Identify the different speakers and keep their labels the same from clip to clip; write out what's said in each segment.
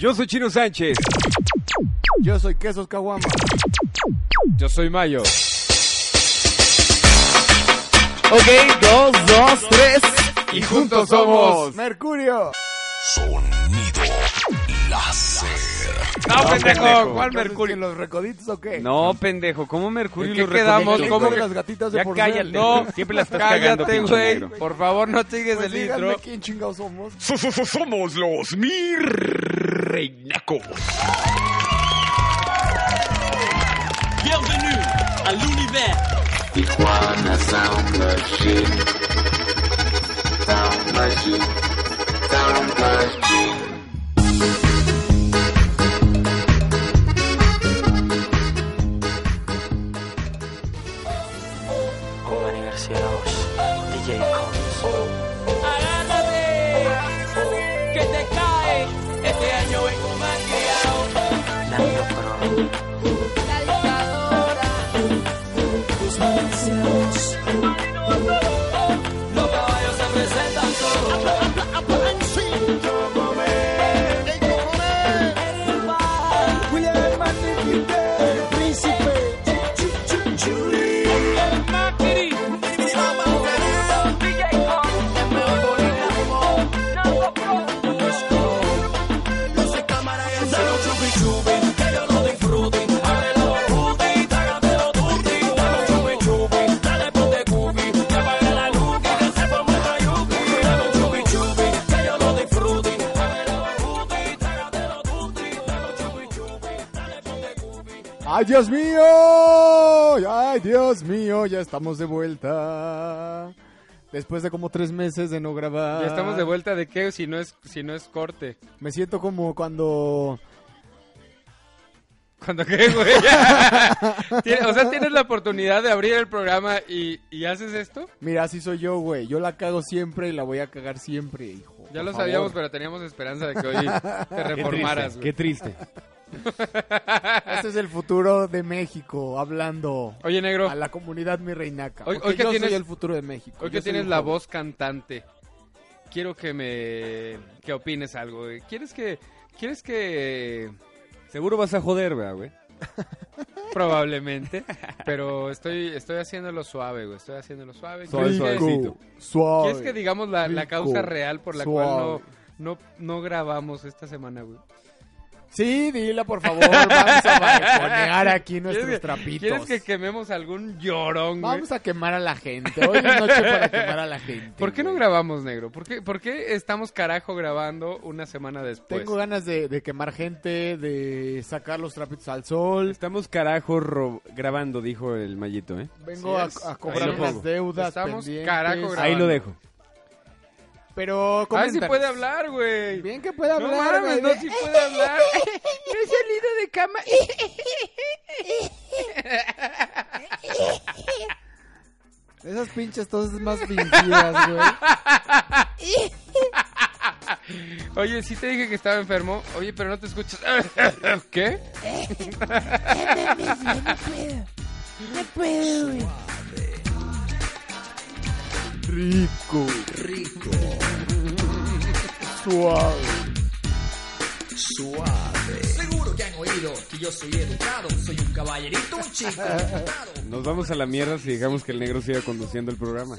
Speaker 1: Yo soy Chino Sánchez.
Speaker 2: Yo soy Quesos Caguama.
Speaker 1: Yo soy Mayo.
Speaker 3: Ok, dos, dos, tres.
Speaker 1: Y juntos somos.
Speaker 2: Mercurio.
Speaker 4: Sonido láser.
Speaker 1: No, pendejo. ¿Cuál
Speaker 2: ¿En
Speaker 1: Mercurio?
Speaker 2: los recoditos o qué?
Speaker 1: No, pendejo. ¿Cómo Mercurio
Speaker 5: ¿En
Speaker 1: y
Speaker 5: qué
Speaker 1: los
Speaker 5: quedamos?
Speaker 1: recoditos?
Speaker 2: ¿Cómo
Speaker 5: ¿Cómo
Speaker 2: que
Speaker 5: que-
Speaker 2: las gatitas de
Speaker 5: Ya
Speaker 2: por
Speaker 5: cállate.
Speaker 1: No,
Speaker 3: Siempre la estás cagando,
Speaker 5: Cállate,
Speaker 3: pinche
Speaker 5: güey.
Speaker 3: negro.
Speaker 5: Por favor, no sigues
Speaker 2: Pues
Speaker 5: el
Speaker 2: díganme
Speaker 5: intro.
Speaker 2: quién chingados somos.
Speaker 4: Somos los Mirreinacos.
Speaker 6: Bienvenue à l'univers.
Speaker 7: Tijuana sound machine. Sound machine. Sound machine.
Speaker 6: Giovanni García Hoyos, DJ Combs. ¡Agárrate! ¡Que te cae! Este año vengo más criado. Dando pro.
Speaker 2: ¡Ay, Dios mío! ¡Ay, Dios mío! Ya estamos de vuelta. Después de como tres meses de no grabar.
Speaker 5: Ya estamos de vuelta de qué si no es si no es corte.
Speaker 2: Me siento como cuando...
Speaker 5: Cuando qué, güey. Tiene- o sea, tienes la oportunidad de abrir el programa y, y haces esto.
Speaker 2: Mira, así soy yo, güey. Yo la cago siempre y la voy a cagar siempre, hijo.
Speaker 5: Ya
Speaker 2: Por
Speaker 5: lo sabíamos,
Speaker 2: favor.
Speaker 5: pero teníamos esperanza de que hoy te reformaras, güey.
Speaker 3: Qué triste.
Speaker 2: Este es el futuro de México, hablando
Speaker 5: Oye, negro,
Speaker 2: a la comunidad mi reinaca.
Speaker 5: Hoy-
Speaker 2: porque
Speaker 5: hoy que
Speaker 2: yo
Speaker 5: tienes-
Speaker 2: soy el futuro de México.
Speaker 5: hoy
Speaker 2: Yo
Speaker 5: que
Speaker 2: soy
Speaker 5: tienes
Speaker 2: un
Speaker 5: la
Speaker 2: joven.
Speaker 5: voz cantante, quiero que me que opines algo. güey. ¿Quieres que quieres que
Speaker 1: Seguro vas a joder, ¿verdad, güey?
Speaker 5: probablemente, pero estoy estoy haciéndolo suave, güey. Estoy haciéndolo suave.
Speaker 1: Suave,
Speaker 5: ¿Quieres que-
Speaker 2: Rico,
Speaker 1: suavecito.
Speaker 2: Suave.
Speaker 5: ¿Quieres que digamos la, la causa
Speaker 2: Rico,
Speaker 5: real por la
Speaker 2: suave.
Speaker 5: cual no, no, no grabamos esta semana, güey?
Speaker 2: Sí, dila, por favor. Vamos a balconear aquí nuestros
Speaker 5: ¿Quieres que-
Speaker 2: trapitos.
Speaker 5: ¿Quieres que quememos algún llorón, güey?
Speaker 2: Vamos a quemar a la gente. Hoy es noche para quemar a la gente.
Speaker 5: ¿Por qué no
Speaker 2: güey.
Speaker 5: grabamos, negro? ¿Por qué, por qué estamos carajo grabando una semana después?
Speaker 2: Tengo ganas de, de quemar gente, de sacar los trapitos al sol.
Speaker 1: Estamos carajos ro- grabando, dijo el Mayito, ¿eh?
Speaker 2: Vengo
Speaker 5: Así
Speaker 2: a-
Speaker 5: es.
Speaker 2: a,
Speaker 5: Ahí
Speaker 2: cobrar
Speaker 5: lo
Speaker 2: unas
Speaker 1: pongo.
Speaker 2: deudas
Speaker 5: Estamos
Speaker 2: pendientes.
Speaker 5: carajo grabando.
Speaker 1: Ahí lo dejo.
Speaker 2: Pero
Speaker 5: Ay, sí
Speaker 2: coméntanos.
Speaker 5: puede hablar, güey.
Speaker 2: Bien que puede
Speaker 5: No
Speaker 2: hablar.
Speaker 5: mames,
Speaker 2: güey. Eh,
Speaker 5: no, sí puede hablar. He salido de cama.
Speaker 2: Esas pinches toses más fingidas, güey.
Speaker 5: Oye, sí te dije que estaba enfermo. Oye, pero no te escuchas. ¿Qué?
Speaker 2: Rico. Rico. Suave.
Speaker 8: Seguro que han oído que yo soy educado, soy un caballerito, un chico.
Speaker 1: Nos vamos a la mierda si dejamos que el negro siga conduciendo el programa.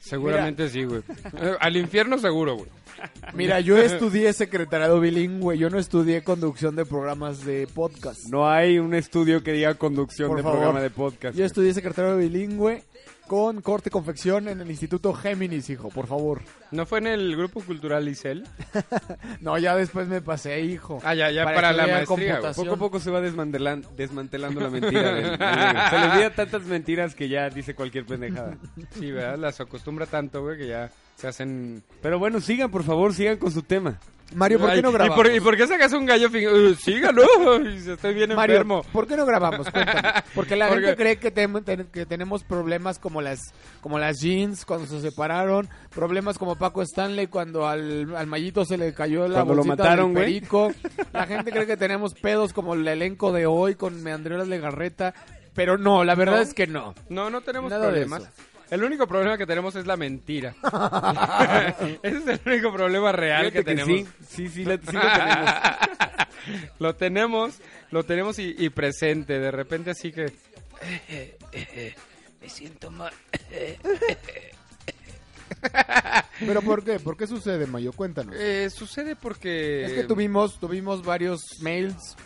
Speaker 5: Seguramente sí, güey. Eh, Al infierno seguro, güey.
Speaker 2: Mira, yo estudié secretariado bilingüe, yo no estudié conducción de programas de podcast.
Speaker 1: No hay un estudio que diga conducción
Speaker 2: Por
Speaker 1: de
Speaker 2: favor.
Speaker 1: programa de podcast.
Speaker 2: Yo estudié secretariado bilingüe, con corte y confección en el Instituto Géminis, hijo, por favor.
Speaker 5: ¿No fue en el grupo cultural Isel?
Speaker 2: No, ya después me pasé, hijo.
Speaker 5: Ah, ya, ya, para,
Speaker 2: que
Speaker 5: la
Speaker 2: vea
Speaker 5: maestría. güey.
Speaker 2: computación.
Speaker 1: Poco a poco se va desmantelan- desmantelando la mentira. del- del negro. se le olvida tantas mentiras que ya dice cualquier pendejada.
Speaker 5: Sí, ¿verdad? Las acostumbra tanto, güey, que ya se hacen...
Speaker 1: Pero bueno, sigan, por favor, sigan con su tema.
Speaker 2: Mario, ¿por
Speaker 5: Ay,
Speaker 2: qué no
Speaker 5: ¿y
Speaker 2: grabamos?
Speaker 5: por, ¿Y por qué sacas un gallo fin- Uh, sígalo, y se- estoy bien
Speaker 2: Mario,
Speaker 5: enfermo.
Speaker 2: ¿por qué no grabamos? Cuéntame. Porque la
Speaker 5: Porque-
Speaker 2: gente cree que, tem- ten- que tenemos problemas como las como las jeans cuando se separaron, problemas como Paco Stanley cuando al, al Mayito se le cayó la
Speaker 1: Cuando lo
Speaker 2: bolsita
Speaker 1: mataron,
Speaker 2: del
Speaker 1: güey.
Speaker 2: perico. La gente cree que tenemos pedos como el elenco de hoy con Meandreras Legarreta, pero no, la verdad
Speaker 5: No.
Speaker 2: es que no.
Speaker 5: No, no tenemos
Speaker 2: Nada de
Speaker 5: problemas.
Speaker 2: eso.
Speaker 5: El único problema que tenemos es la mentira. Ese es el único problema real que,
Speaker 1: Fíjate que
Speaker 5: tenemos.
Speaker 1: sí, sí, sí, la- sí lo tenemos.
Speaker 5: lo tenemos, lo tenemos y, y presente. De repente así que...
Speaker 9: Me siento mal.
Speaker 2: ¿Pero por qué? ¿Por qué sucede, Mayo? Cuéntanos.
Speaker 5: eh, sucede porque...
Speaker 2: Es que tuvimos, tuvimos varios mails,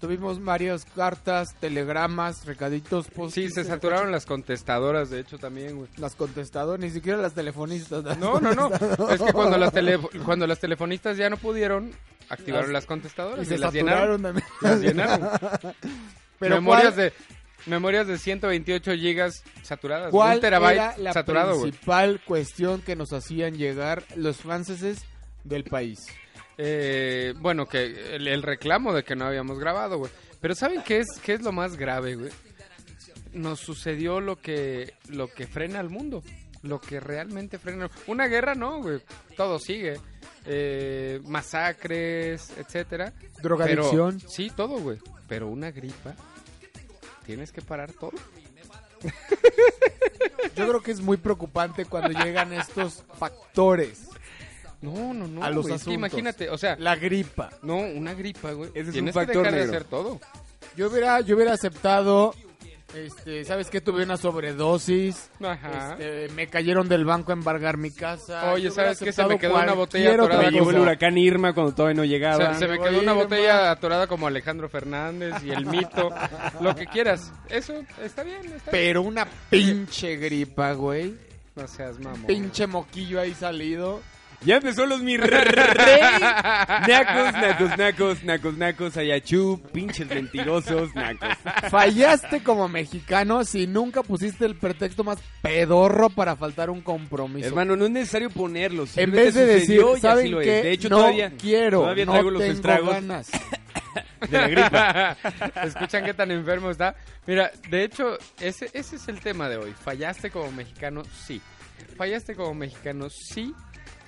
Speaker 2: tuvimos varias cartas, telegramas, recaditos, post
Speaker 5: Sí, se saturaron las contestadoras, de hecho, también, güey.
Speaker 2: las contestado, ni siquiera las telefonistas. las
Speaker 5: No, no, no. Es que cuando las, tele- cuando las telefonistas ya no pudieron, activaron las,
Speaker 2: Y
Speaker 5: contestadoras y,
Speaker 2: se
Speaker 5: las llenaron.
Speaker 2: saturaron también.
Speaker 5: Las llenaron.
Speaker 2: Pero
Speaker 5: memorias,
Speaker 2: ¿cuál,
Speaker 5: de, memorias de 128 gigas saturadas.
Speaker 2: cuál
Speaker 5: un terabyte
Speaker 2: era la
Speaker 5: saturado, güey.
Speaker 2: principal cuestión que nos hacían llegar los franceses del país?
Speaker 5: Eh, bueno, que el, el reclamo de que no habíamos grabado, güey. Pero ¿saben qué es, qué es lo más grave, güey? Nos sucedió lo que, lo que frena al mundo. Lo que realmente frena. Una guerra no, güey. Todo sigue. Eh, masacres, etcétera.
Speaker 2: Drogadicción.
Speaker 5: Pero- sí, todo, güey. Pero una gripa. Tienes que parar todo.
Speaker 2: Yo creo que es muy preocupante cuando llegan estos factores.
Speaker 5: No, no, no.
Speaker 2: A los
Speaker 5: güey. Es que
Speaker 2: asuntos.
Speaker 5: imagínate, o sea,
Speaker 2: La gripa.
Speaker 5: no, una gripa, güey.
Speaker 1: Ese es un
Speaker 5: Tienes que
Speaker 1: factor
Speaker 5: dejar de
Speaker 1: negro.
Speaker 5: hacer todo.
Speaker 2: Yo hubiera, yo hubiera aceptado, este, ¿sabes qué? Tuve una sobredosis.
Speaker 5: Ajá.
Speaker 2: Este, me cayeron del banco a embargar mi casa.
Speaker 5: Oye,
Speaker 2: Yo hubiera
Speaker 5: ¿sabes qué? Se
Speaker 2: aceptado
Speaker 5: me quedó una
Speaker 2: cualquier
Speaker 5: botella
Speaker 2: otra
Speaker 5: atorada.
Speaker 1: Me llevó el
Speaker 2: cosa.
Speaker 1: huracán Irma cuando todavía no
Speaker 5: Se,
Speaker 1: llegaba.
Speaker 5: se me quedó una botella atorada como Alejandro Fernández y el mito, lo que quieras. Eso está bien, está bien.
Speaker 2: Pero una pinche gripa, güey.
Speaker 5: No seas mamón.
Speaker 2: Pinche moquillo ahí salido.
Speaker 1: Ya empezó los mi re- re- Nacos, nacos, nacos, nacos, nacos, ayachú, pinches mentirosos, nacos.
Speaker 2: Fallaste como mexicano si nunca pusiste el pretexto más pedorro para faltar un compromiso.
Speaker 1: Hermano, no es necesario ponerlos.
Speaker 2: en
Speaker 1: simplemente
Speaker 2: vez de decir,
Speaker 1: sucedió y así
Speaker 2: ¿saben
Speaker 1: lo es.
Speaker 2: qué?
Speaker 1: De hecho,
Speaker 2: no
Speaker 1: todavía
Speaker 2: quiero,
Speaker 1: todavía
Speaker 2: no
Speaker 1: traigo los
Speaker 2: tengo
Speaker 1: estragos
Speaker 2: ganas.
Speaker 1: de la gripa.
Speaker 5: Escuchan qué tan enfermo está. Mira, de hecho, ese, ese es el tema de hoy. Fallaste como mexicano, sí. Fallaste como mexicano, sí.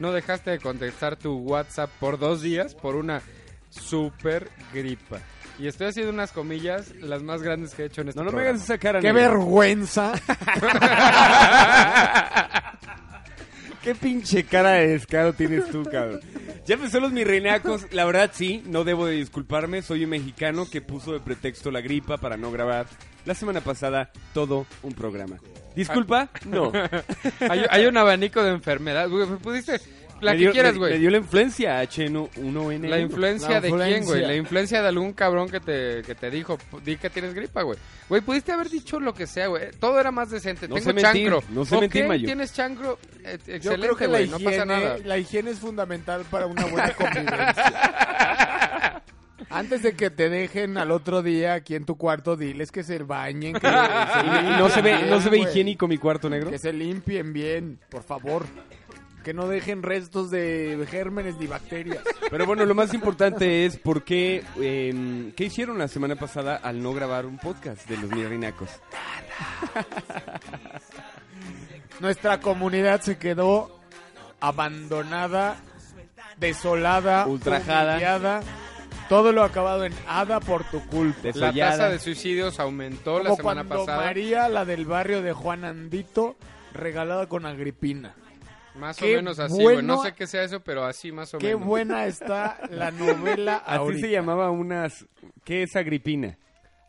Speaker 5: No dejaste de contestar tu WhatsApp por dos días por una super gripa. Y estoy haciendo unas comillas, las más grandes que he hecho en este
Speaker 1: No, no me
Speaker 5: programa.
Speaker 1: hagas esa cara.
Speaker 2: ¡Qué
Speaker 1: negro.
Speaker 2: vergüenza!
Speaker 1: Qué pinche cara de descaro tienes tú, cabrón. Ya empezó los mirrenacos. La verdad, sí, no debo de disculparme. Soy un mexicano que puso de pretexto la gripa para no grabar la semana pasada todo un programa. ¿Disculpa? No.
Speaker 5: hay, hay un abanico de enfermedad. güey, Pudiste la
Speaker 1: Me
Speaker 5: que
Speaker 1: dio-
Speaker 5: quieras,
Speaker 1: me-
Speaker 5: güey.
Speaker 1: Me dio la influencia H1N1.
Speaker 5: La influencia
Speaker 2: La
Speaker 5: de quién, güey.
Speaker 2: influencia.
Speaker 5: La influencia de algún cabrón que te, que te dijo, "P- di que tienes gripa, güey. Güey, pudiste haber dicho lo que sea, güey. Todo era más decente.
Speaker 1: No
Speaker 5: Tengo
Speaker 1: sé mentir,
Speaker 5: chancro.
Speaker 1: no sé
Speaker 5: Ok,
Speaker 1: mentir, Mayo.
Speaker 5: tienes chancro. Eh,
Speaker 2: Yo creo
Speaker 5: excelente,
Speaker 2: que la
Speaker 5: güey. No
Speaker 2: higiene,
Speaker 5: pasa nada.
Speaker 2: la higiene es fundamental para una buena convivencia. Antes de que te dejen al otro día aquí en tu cuarto, diles que se bañen. Que
Speaker 1: Y, y no se ve, no se ve
Speaker 2: Ah, Güey.
Speaker 1: higiénico mi cuarto negro.
Speaker 2: Que se limpien bien, por favor. Que no dejen restos de gérmenes ni bacterias.
Speaker 1: Pero bueno, lo más importante es por qué, eh, qué hicieron la semana pasada al no grabar un podcast de los mirrinacos.
Speaker 2: Nuestra comunidad se quedó abandonada, desolada,
Speaker 1: Ultrajada.
Speaker 2: humillada. Todo lo acabado en hada por tu culpa.
Speaker 5: La
Speaker 1: Desollada.
Speaker 5: tasa de suicidios aumentó la
Speaker 2: Como
Speaker 5: semana
Speaker 2: cuando
Speaker 5: pasada.
Speaker 2: María, la del barrio de Juan Andito, regalada con Agripina.
Speaker 5: Más o
Speaker 2: Qué
Speaker 5: menos así,
Speaker 2: bueno-
Speaker 5: güey. No sé qué sea eso, pero así más o
Speaker 2: Qué
Speaker 5: menos.
Speaker 2: buena está la novela
Speaker 1: Así
Speaker 2: ahorita.
Speaker 1: se llamaba unas... ¿Qué es Agripina?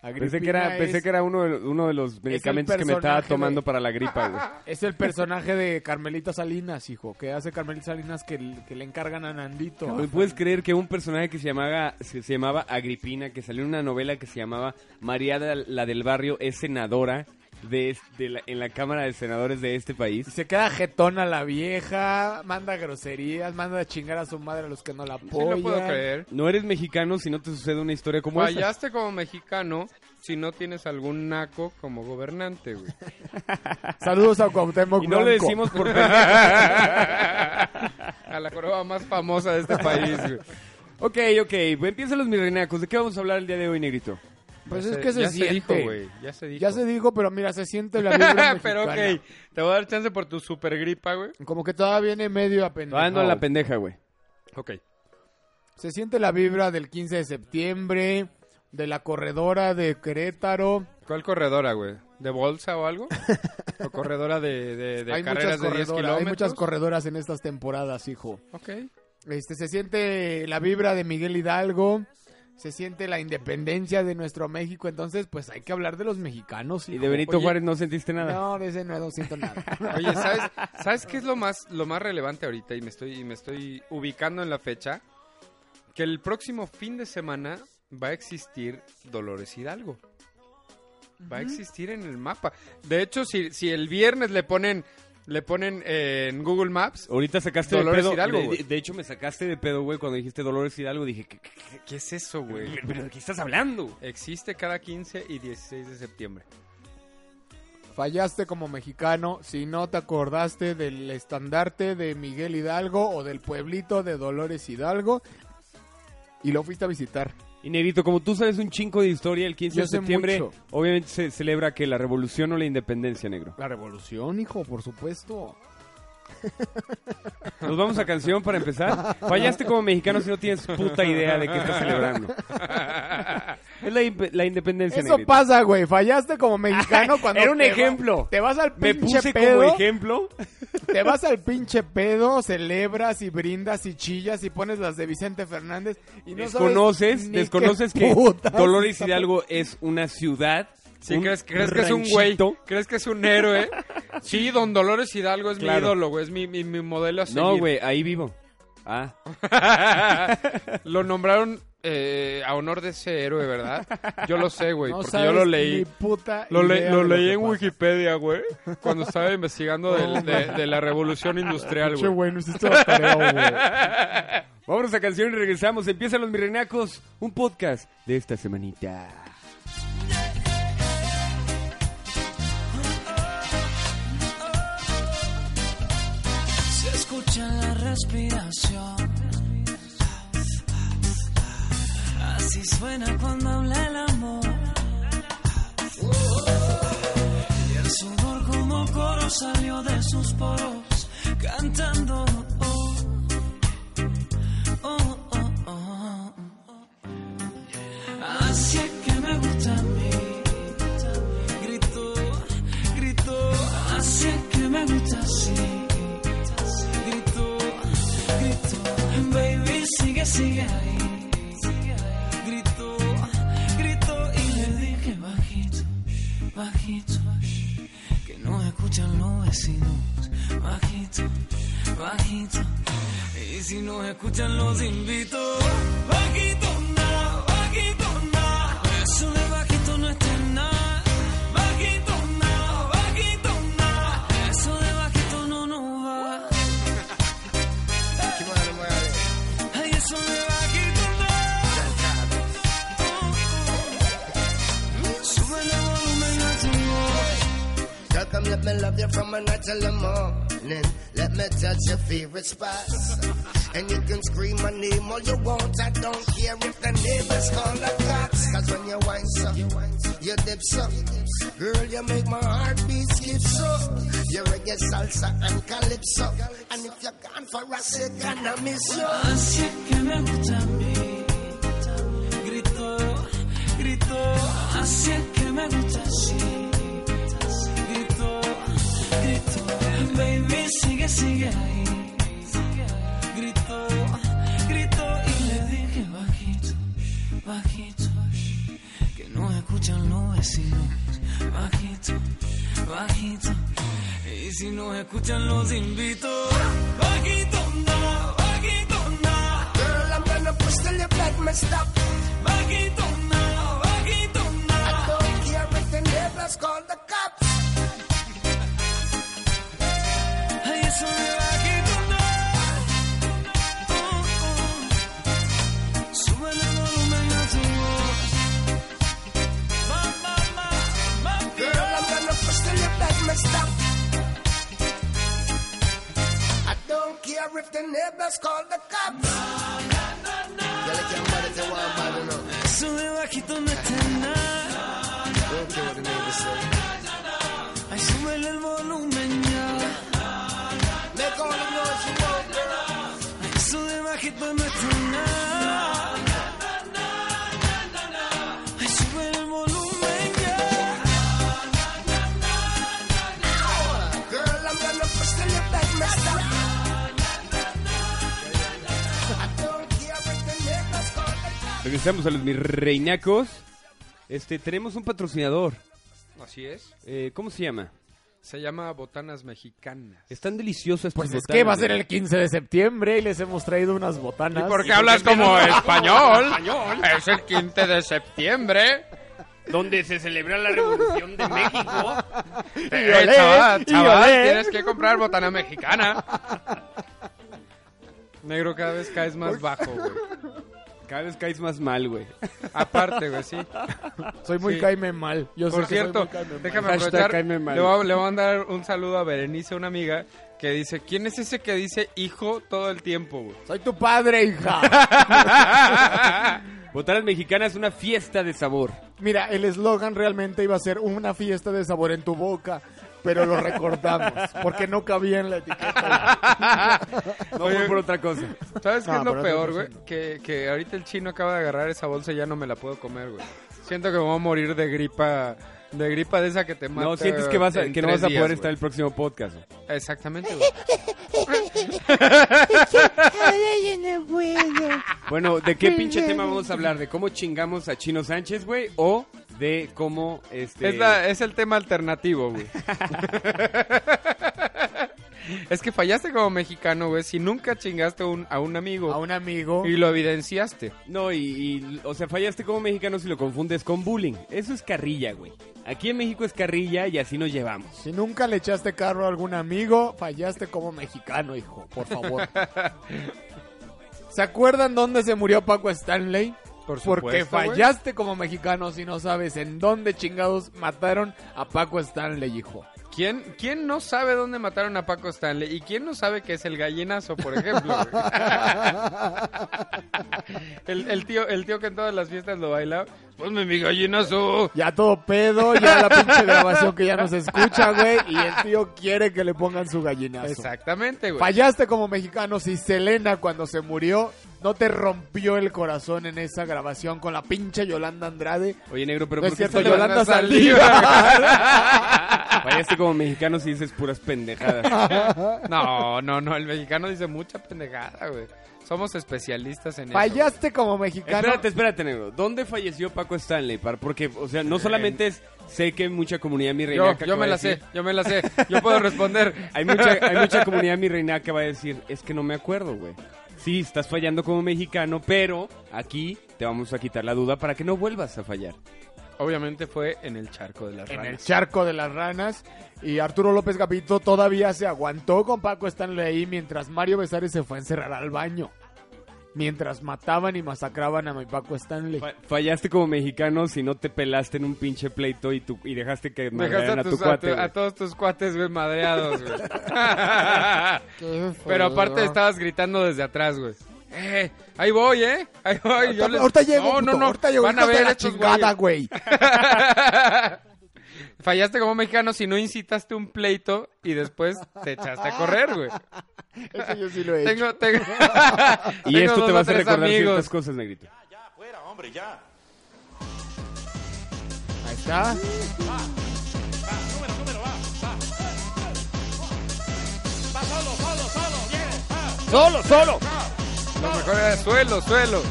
Speaker 1: pensé que era,
Speaker 2: Agripina
Speaker 1: pensé
Speaker 2: es-
Speaker 1: que era uno, de, uno de los medicamentos que me estaba
Speaker 2: personaje
Speaker 1: tomando
Speaker 2: de-
Speaker 1: para la gripa, güey.
Speaker 2: Es el personaje de Carmelita Salinas, hijo, que hace Carmelita Salinas que, que le encargan a Nandito.
Speaker 1: Cabrón, ¿Puedes creer que un personaje que se llamaba, se, se llamaba Agripina, que salió en una novela que se llamaba María de- la del Barrio, es senadora de, es- de la- en la Cámara de Senadores de este
Speaker 2: Y
Speaker 1: país.
Speaker 2: se queda jetona la vieja, manda groserías, manda a chingar a su madre a los que no la
Speaker 5: Sí
Speaker 2: apoyan.
Speaker 5: lo puedo creer.
Speaker 1: No eres mexicano si no te sucede una historia como esa.
Speaker 5: Fallaste como mexicano si no tienes algún naco como gobernante, güey.
Speaker 2: Saludos a Cuauhtémoc
Speaker 1: Y no lo
Speaker 2: Blanco.
Speaker 1: decimos por
Speaker 5: a la joroba más famosa de este país, güey.
Speaker 1: Ok, ok. Pues empiezan los mirrenacos. ¿De qué vamos a hablar el día de hoy, negrito?
Speaker 2: Pues
Speaker 5: Ya
Speaker 2: es que se
Speaker 5: ya
Speaker 2: siente.
Speaker 5: dijo, güey. Ya se dijo.
Speaker 2: Ya se dijo, pero mira, se siente la vibra
Speaker 5: Pero ok,
Speaker 2: mexicana.
Speaker 5: te voy a dar chance por tu super gripa, güey.
Speaker 2: Como que todavía viene medio
Speaker 1: Todavía
Speaker 2: apenas.
Speaker 1: ando en la pendeja, güey.
Speaker 5: Ok.
Speaker 2: Se siente la vibra del 15 de septiembre, de la corredora de Querétaro.
Speaker 5: ¿Cuál corredora, güey? ¿De bolsa o algo? ¿O corredora de, de, de
Speaker 2: hay muchas
Speaker 5: carreras de 10
Speaker 2: corredoras,
Speaker 5: kilómetros?
Speaker 2: hay muchas corredoras en estas temporadas, hijo.
Speaker 5: Ok.
Speaker 2: Este se siente la vibra de Miguel Hidalgo, se siente la independencia de nuestro México, entonces pues hay que hablar de los mexicanos.
Speaker 1: Y
Speaker 2: hijo.
Speaker 1: de Benito
Speaker 5: Oye.
Speaker 1: Juárez no sentiste nada.
Speaker 2: No, de ese no, no siento nada.
Speaker 5: Oye, ¿sabes, ¿sabes qué es lo más, lo más relevante ahorita? Y me, estoy, y me estoy ubicando en la fecha. Que el próximo fin de semana va a existir Dolores Hidalgo. Va a existir en el mapa. De hecho, si, si el viernes le ponen, le ponen eh, en Google Maps,
Speaker 1: Ahorita sacaste
Speaker 5: Dolores
Speaker 1: de pedo.
Speaker 5: Hidalgo,
Speaker 1: de-
Speaker 5: güey.
Speaker 1: de, de hecho, me sacaste de pedo, güey, cuando dijiste Dolores Hidalgo. Dije, ¿qué, qué- qué-
Speaker 5: ¿qué es eso, güey?
Speaker 1: pero de qué estás hablando?
Speaker 5: Existe cada 15 y 16 de septiembre.
Speaker 2: Fallaste como mexicano si no te acordaste del estandarte de Miguel Hidalgo o del pueblito de Dolores Hidalgo y lo fuiste a visitar.
Speaker 1: Y Negrito, como tú sabes un chingo de historia, el 15
Speaker 2: Yo
Speaker 1: de
Speaker 2: sé
Speaker 1: septiembre
Speaker 2: mucho.
Speaker 1: obviamente se celebra que la revolución o la independencia, negro.
Speaker 2: La revolución, hijo, por supuesto.
Speaker 1: Nos vamos a canción para empezar. Fallaste como mexicano si no tienes puta idea de qué estás celebrando. Es la, impe- la independencia,
Speaker 2: Eso
Speaker 1: negrito.
Speaker 2: pasa, güey. Fallaste como mexicano cuando.
Speaker 1: Era un
Speaker 2: te va-
Speaker 1: ejemplo.
Speaker 2: te vas al
Speaker 1: Me
Speaker 2: pinche
Speaker 1: puse
Speaker 2: pedo.
Speaker 1: como ejemplo.
Speaker 2: Te vas al pinche pedo, celebras y brindas y chillas y pones las de Vicente Fernández y no sabes
Speaker 1: desconoces,
Speaker 2: ni qué
Speaker 1: desconoces que
Speaker 2: putas
Speaker 1: Dolores
Speaker 2: está-
Speaker 1: Hidalgo es una ciudad.
Speaker 5: Sí,
Speaker 1: un
Speaker 5: ¿crees, crees que es un güey?
Speaker 1: ranchito.
Speaker 5: ¿Crees que es un héroe? Sí, don Dolores Hidalgo es mi
Speaker 1: Claro.
Speaker 5: ídolo, güey. Es mi, mi, mi modelo a seguir.
Speaker 1: No, güey, ahí vivo. Ah,
Speaker 5: lo nombraron eh, a honor de ese héroe, ¿verdad? Yo lo sé, güey,
Speaker 2: No
Speaker 5: porque
Speaker 2: sabes
Speaker 5: yo lo
Speaker 2: ni
Speaker 5: leí.
Speaker 2: puta
Speaker 5: Lo, le-
Speaker 2: idea
Speaker 5: lo
Speaker 2: de lo
Speaker 5: leí
Speaker 2: que
Speaker 5: en
Speaker 2: pasa.
Speaker 5: Wikipedia, güey, cuando estaba investigando del- de, de la revolución industrial,
Speaker 2: Che,
Speaker 5: güey.
Speaker 2: güey, no hiciste la tarea, güey.
Speaker 1: Vámonos a canción y regresamos. Empiezan los Mirenacos, un podcast de esta semanita.
Speaker 6: Se escucha la respiración. Así suena cuando habla el amor. Y el sudor como coro salió de sus poros, cantando. oh, oh, oh, oh. Así es que me gusta a mí. Grito, grito. Así es que me gusta así grito, grito, baby, sigue, sigue ahí. Grito, grito y le dije bajito, bajito, que no escuchan los vecinos. Bajito, bajito, y si no escuchan los invito. Bajito, na, bajito, na, eso de bajito no está en nada. Bajito, na, bajito, na, eso de bajito no nos va. Ay, eso me va a quitar. Sube el volumen a tu voz.
Speaker 10: So come let me love you from a night till the morning. Let me touch your favorite spots. And you can scream my name all you want. I don't care if the neighbors call the cops. Cause when you wine up, you dip up. Girl, you make my heartbeat skip so. You reggae salsa and calypso. And if you're gone for a second, I miss you.
Speaker 6: Así es que me gusta a mí. Grito, grito. Así es que me gusta así. Grito, grito. Baby, sigue, sigue ahí. Grito, grito. Y le dije bajito, bajito. Que no escuchan los vecinos. Bajito, bajito. Y si nos escuchan los invito. Bajito, na, bajito, na.
Speaker 10: Girl, I'm gonna push till you beg me stop.
Speaker 6: Bajito, na, bajito, na.
Speaker 10: Don't care if the neighbors call the cops.
Speaker 11: neighbors call the cops. Ya le quieren para este one, but no.
Speaker 6: Sube bajito, no está nada.
Speaker 11: Don't care what the neighbors say.
Speaker 6: Ay, súbele el volumen ya.
Speaker 11: Make all the noise you want, girl.
Speaker 6: Ay, sube bajito, no está nada. Ay, súbele el volumen ya.
Speaker 11: Girl, I'm gonna
Speaker 6: pues
Speaker 11: push till your back messed up. I don't care
Speaker 6: pues
Speaker 11: if the neighbors call the cops.
Speaker 1: Regresamos a los mis reinacos. Este, tenemos un patrocinador.
Speaker 5: Así es.
Speaker 1: Eh, ¿Cómo se llama?
Speaker 5: Se llama Botanas Mexicanas.
Speaker 1: Están deliciosas estas
Speaker 2: Pues es
Speaker 1: botanas,
Speaker 2: que va a ser
Speaker 1: güey.
Speaker 2: el 15 de septiembre y les hemos traído unas botanas.
Speaker 5: ¿Y por qué hablas como eh? español? Es el 15 de septiembre.
Speaker 1: donde se celebra la Revolución de México.
Speaker 5: Eh,
Speaker 2: olé,
Speaker 5: chaval,
Speaker 2: y
Speaker 5: chaval,
Speaker 2: olé.
Speaker 5: tienes que comprar botana mexicana. Negro, cada vez caes más bajo, güey.
Speaker 1: Cada vez caes más mal, güey.
Speaker 5: Aparte, güey, sí.
Speaker 2: Soy muy
Speaker 5: Sí.
Speaker 2: caime mal. Yo sé
Speaker 5: Por
Speaker 2: que soy
Speaker 5: cierto,
Speaker 2: muy caime mal.
Speaker 5: déjame
Speaker 1: Hashtag
Speaker 5: aprovechar.
Speaker 1: caime mal.
Speaker 5: Le voy, a, le voy a mandar un saludo a Berenice, una amiga, que dice: ¿Quién es ese que dice hijo todo el tiempo, güey?
Speaker 2: Soy tu padre, hija.
Speaker 1: Botanas mexicanas, una fiesta de sabor.
Speaker 2: Mira, el eslogan realmente iba a ser una fiesta de sabor en tu boca, pero lo recortamos porque no cabía en la etiqueta.
Speaker 1: No fue por otra cosa.
Speaker 5: ¿Sabes qué
Speaker 2: No,
Speaker 5: es
Speaker 2: pero
Speaker 5: lo
Speaker 2: eso
Speaker 5: peor,
Speaker 2: no
Speaker 5: güey?
Speaker 2: es
Speaker 5: Que, que ahorita el chino acaba de agarrar esa bolsa y ya no me la puedo comer, güey. Siento que me voy a morir de gripa. De gripa de esa que te mata.
Speaker 1: No, sientes que, vas a-
Speaker 5: en
Speaker 1: que no
Speaker 5: tres
Speaker 1: vas a
Speaker 5: días,
Speaker 1: poder
Speaker 5: güey.
Speaker 1: estar el próximo podcast. güey.
Speaker 5: Exactamente, güey.
Speaker 1: Bueno, ¿de qué pinche tema vamos a hablar? ¿De cómo chingamos a Chino Sánchez, güey? ¿O de cómo, este...
Speaker 5: Es, la- es el tema alternativo, güey. es que fallaste como mexicano, güey, si nunca chingaste un- a un amigo
Speaker 2: A un amigo.
Speaker 5: y lo evidenciaste.
Speaker 1: No, y, y, o sea, fallaste como mexicano si lo confundes con bullying. Eso es carrilla, güey. Aquí en México es carrilla y así nos llevamos.
Speaker 2: Si nunca le echaste carro a algún amigo, fallaste como mexicano, hijo, por favor. ¿Se acuerdan dónde se murió Paco Stanley?
Speaker 5: Por
Speaker 2: Porque
Speaker 5: supuesto, güey.
Speaker 2: fallaste como mexicano si no sabes en dónde chingados mataron a Paco Stanley, hijo.
Speaker 5: ¿Quién, ¿Quién no sabe dónde mataron a Paco Stanley? ¿Y quién no sabe que es el gallinazo, por ejemplo? güey? el, el tío, el tío que en todas las fiestas lo baila. Ponme mi gallinazo.
Speaker 2: Ya todo pedo, ya la pinche grabación que ya no se escucha, güey, y el tío quiere que le pongan su gallinazo.
Speaker 5: Exactamente, güey.
Speaker 2: Fallaste como mexicano si Selena cuando se murió no te rompió el corazón en esa grabación con la pinche Yolanda Andrade.
Speaker 1: Oye, negro, pero
Speaker 2: No es
Speaker 1: ¿por qué
Speaker 2: cierto,
Speaker 1: se le
Speaker 5: Selena
Speaker 2: Yolanda
Speaker 5: Saldívar?
Speaker 1: van- fallaste como mexicano si dices puras pendejadas?
Speaker 5: No, no, no, el mexicano dice mucha pendejada, güey. Somos especialistas en eso.
Speaker 2: Fallaste como mexicano.
Speaker 1: espérate, espérate, negro. ¿Dónde falleció Paco Stanley? Para- Porque, o sea, no solamente es... Sé que mucha comunidad mi
Speaker 5: güey.
Speaker 1: reina...
Speaker 5: Eh, Yo, yo me la sé, yo me la sé, yo puedo responder.
Speaker 1: Hay mucha, hay mucha comunidad mi reina que va a decir, es que no me acuerdo, güey. Sí, estás fallando como mexicano, pero aquí te vamos a quitar la duda para que no vuelvas a fallar.
Speaker 5: Obviamente fue en el charco de las
Speaker 2: En el
Speaker 5: ranas.
Speaker 2: charco de las ranas. Y Arturo López Gapito todavía se aguantó con Paco Stanley ahí mientras Mario Besares se fue a encerrar al baño. Mientras mataban y masacraban a mi Paco Stanley.
Speaker 1: Fa- fallaste como mexicano si no te pelaste en un pinche pleito y, tu, y dejaste que
Speaker 5: Dejaste
Speaker 1: madrearan
Speaker 5: a,
Speaker 1: a tu
Speaker 5: tus- a tu-
Speaker 1: cuate. güey.
Speaker 5: a todos tus cuates, güey, madreados, güey. Pero aparte estabas gritando desde atrás, güey. Eh, ahí voy, ¿eh? Ahí voy. yo
Speaker 2: Ahorita-
Speaker 5: les-
Speaker 2: Ahorita llego,
Speaker 5: No, no,
Speaker 2: puto,
Speaker 5: no.
Speaker 2: ahorita llego,
Speaker 5: Van a
Speaker 2: hijos de
Speaker 5: ver
Speaker 2: la
Speaker 5: estos
Speaker 2: chingada,
Speaker 5: güeyes.
Speaker 2: güey.
Speaker 5: Fallaste como mexicano si no incitaste un pleito y después te echaste a correr, güey.
Speaker 2: Eso yo sí lo he
Speaker 5: Tengo,
Speaker 2: hecho.
Speaker 5: tengo.
Speaker 1: Y
Speaker 5: tengo
Speaker 1: esto
Speaker 5: dos
Speaker 1: te
Speaker 5: o
Speaker 1: va a hacer
Speaker 5: tres
Speaker 1: recordar
Speaker 5: amigos.
Speaker 1: ciertas cosas, negrito.
Speaker 2: Ahí está.
Speaker 1: ¡Solo, solo!
Speaker 5: Lo mejor era suelo, suelo.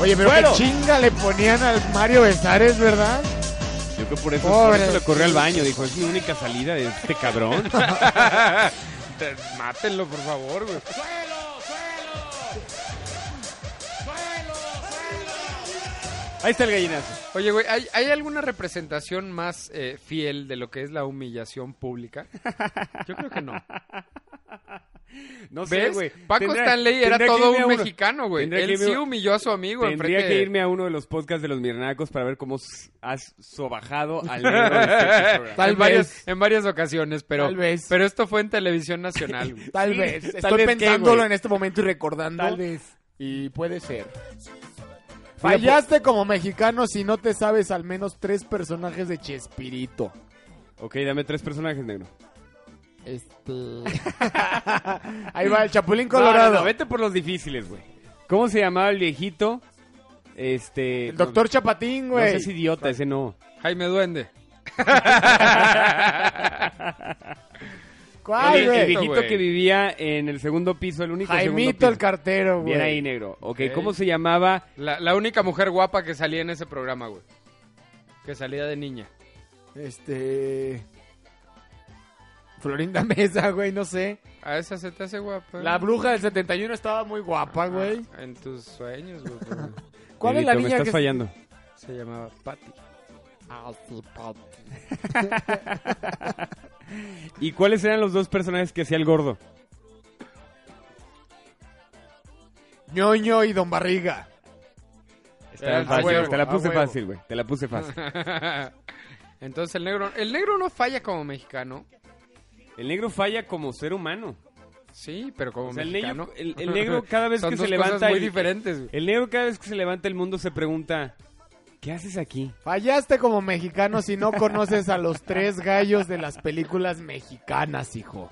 Speaker 2: Oye, pero qué chinga le ponían al Mario Besares, ¿verdad?
Speaker 1: Yo que por eso,
Speaker 2: Pobre.
Speaker 1: por eso le corrió al baño. Dijo, es mi única salida de este cabrón.
Speaker 5: Te- Mátenlo, por favor, güey.
Speaker 1: Ahí está el gallinazo.
Speaker 5: Oye, güey, ¿hay, hay alguna representación más eh, fiel de lo que es la humillación pública? Yo creo que no.
Speaker 1: No sé,
Speaker 5: ¿Ves?
Speaker 1: güey.
Speaker 5: Paco
Speaker 1: Tendría-
Speaker 5: Stanley era
Speaker 1: tendría que
Speaker 5: todo
Speaker 1: irme a
Speaker 5: un
Speaker 1: uno-
Speaker 5: mexicano, güey.
Speaker 1: tendría que
Speaker 5: Él
Speaker 1: irme-
Speaker 5: sí humilló a su amigo
Speaker 1: Tendría
Speaker 5: enfrente
Speaker 1: que
Speaker 5: de-
Speaker 1: irme a uno de los podcasts de los Mirnacos para ver cómo s- has sobajado al negro de este programa.
Speaker 5: en, varias, en varias ocasiones, pero,
Speaker 2: Tal vez.
Speaker 5: pero esto fue en televisión nacional. güey.
Speaker 2: Tal vez. Estoy
Speaker 1: Tal vez qué,
Speaker 2: pensándolo
Speaker 1: güey.
Speaker 2: en este momento y recordando.
Speaker 1: Tal vez.
Speaker 2: Y puede ser. Fallaste como mexicano si no te sabes al menos tres personajes de Chespirito.
Speaker 1: Ok, dame tres personajes, negro.
Speaker 2: Este. Ahí va el Chapulín Colorado.
Speaker 1: No, no, no, vete por los difíciles, güey. ¿Cómo se llamaba el viejito? Este.
Speaker 2: El doctor Chapatín,
Speaker 1: No
Speaker 2: güey.
Speaker 1: seas idiota, ese no.
Speaker 5: Jaime Duende.
Speaker 2: ¿Cuál,
Speaker 1: el, el
Speaker 2: güey?
Speaker 1: viejito que vivía en el segundo piso, el único segundo
Speaker 2: Jaimito
Speaker 1: piso.
Speaker 2: el cartero, güey.
Speaker 1: Bien ahí, negro.
Speaker 5: Ok.
Speaker 1: ok, ¿cómo se llamaba
Speaker 5: La, la única mujer guapa que salía en ese programa, güey. Que salía de niña.
Speaker 2: Este. Florinda Mesa, güey, no sé.
Speaker 5: A esa se te hace guapa. Ah,
Speaker 2: La bruja del 71 estaba muy guapa, güey.
Speaker 5: En tus sueños, güey. pero
Speaker 2: ¿Cuál es
Speaker 1: Negrito,
Speaker 2: la
Speaker 1: Ah, me
Speaker 2: niña
Speaker 1: estás
Speaker 2: que
Speaker 1: fallando.
Speaker 5: Se llamaba Patty.
Speaker 1: Ah, ¿Y cuáles eran los dos personajes que hacía el gordo?
Speaker 2: ñoño y Don Barriga?
Speaker 1: Está
Speaker 5: Era el
Speaker 1: fácil,
Speaker 5: Ah, huevo,
Speaker 1: te la
Speaker 5: a
Speaker 1: puse
Speaker 5: huevo.
Speaker 1: fácil, güey. Te la puse fácil.
Speaker 5: Entonces el negro, el negro no falla como mexicano,
Speaker 1: El negro falla como ser humano.
Speaker 5: sí, pero como
Speaker 1: O sea, el
Speaker 5: mexicano.
Speaker 1: negro, el, el negro cada vez
Speaker 5: Son
Speaker 1: que
Speaker 5: dos
Speaker 1: se levanta
Speaker 5: cosas muy
Speaker 1: el-
Speaker 5: diferentes. güey.
Speaker 1: El negro cada vez que se levanta el mundo se pregunta, ¿qué haces aquí?
Speaker 2: Fallaste como mexicano si no conoces a los tres gallos de las películas mexicanas, hijo.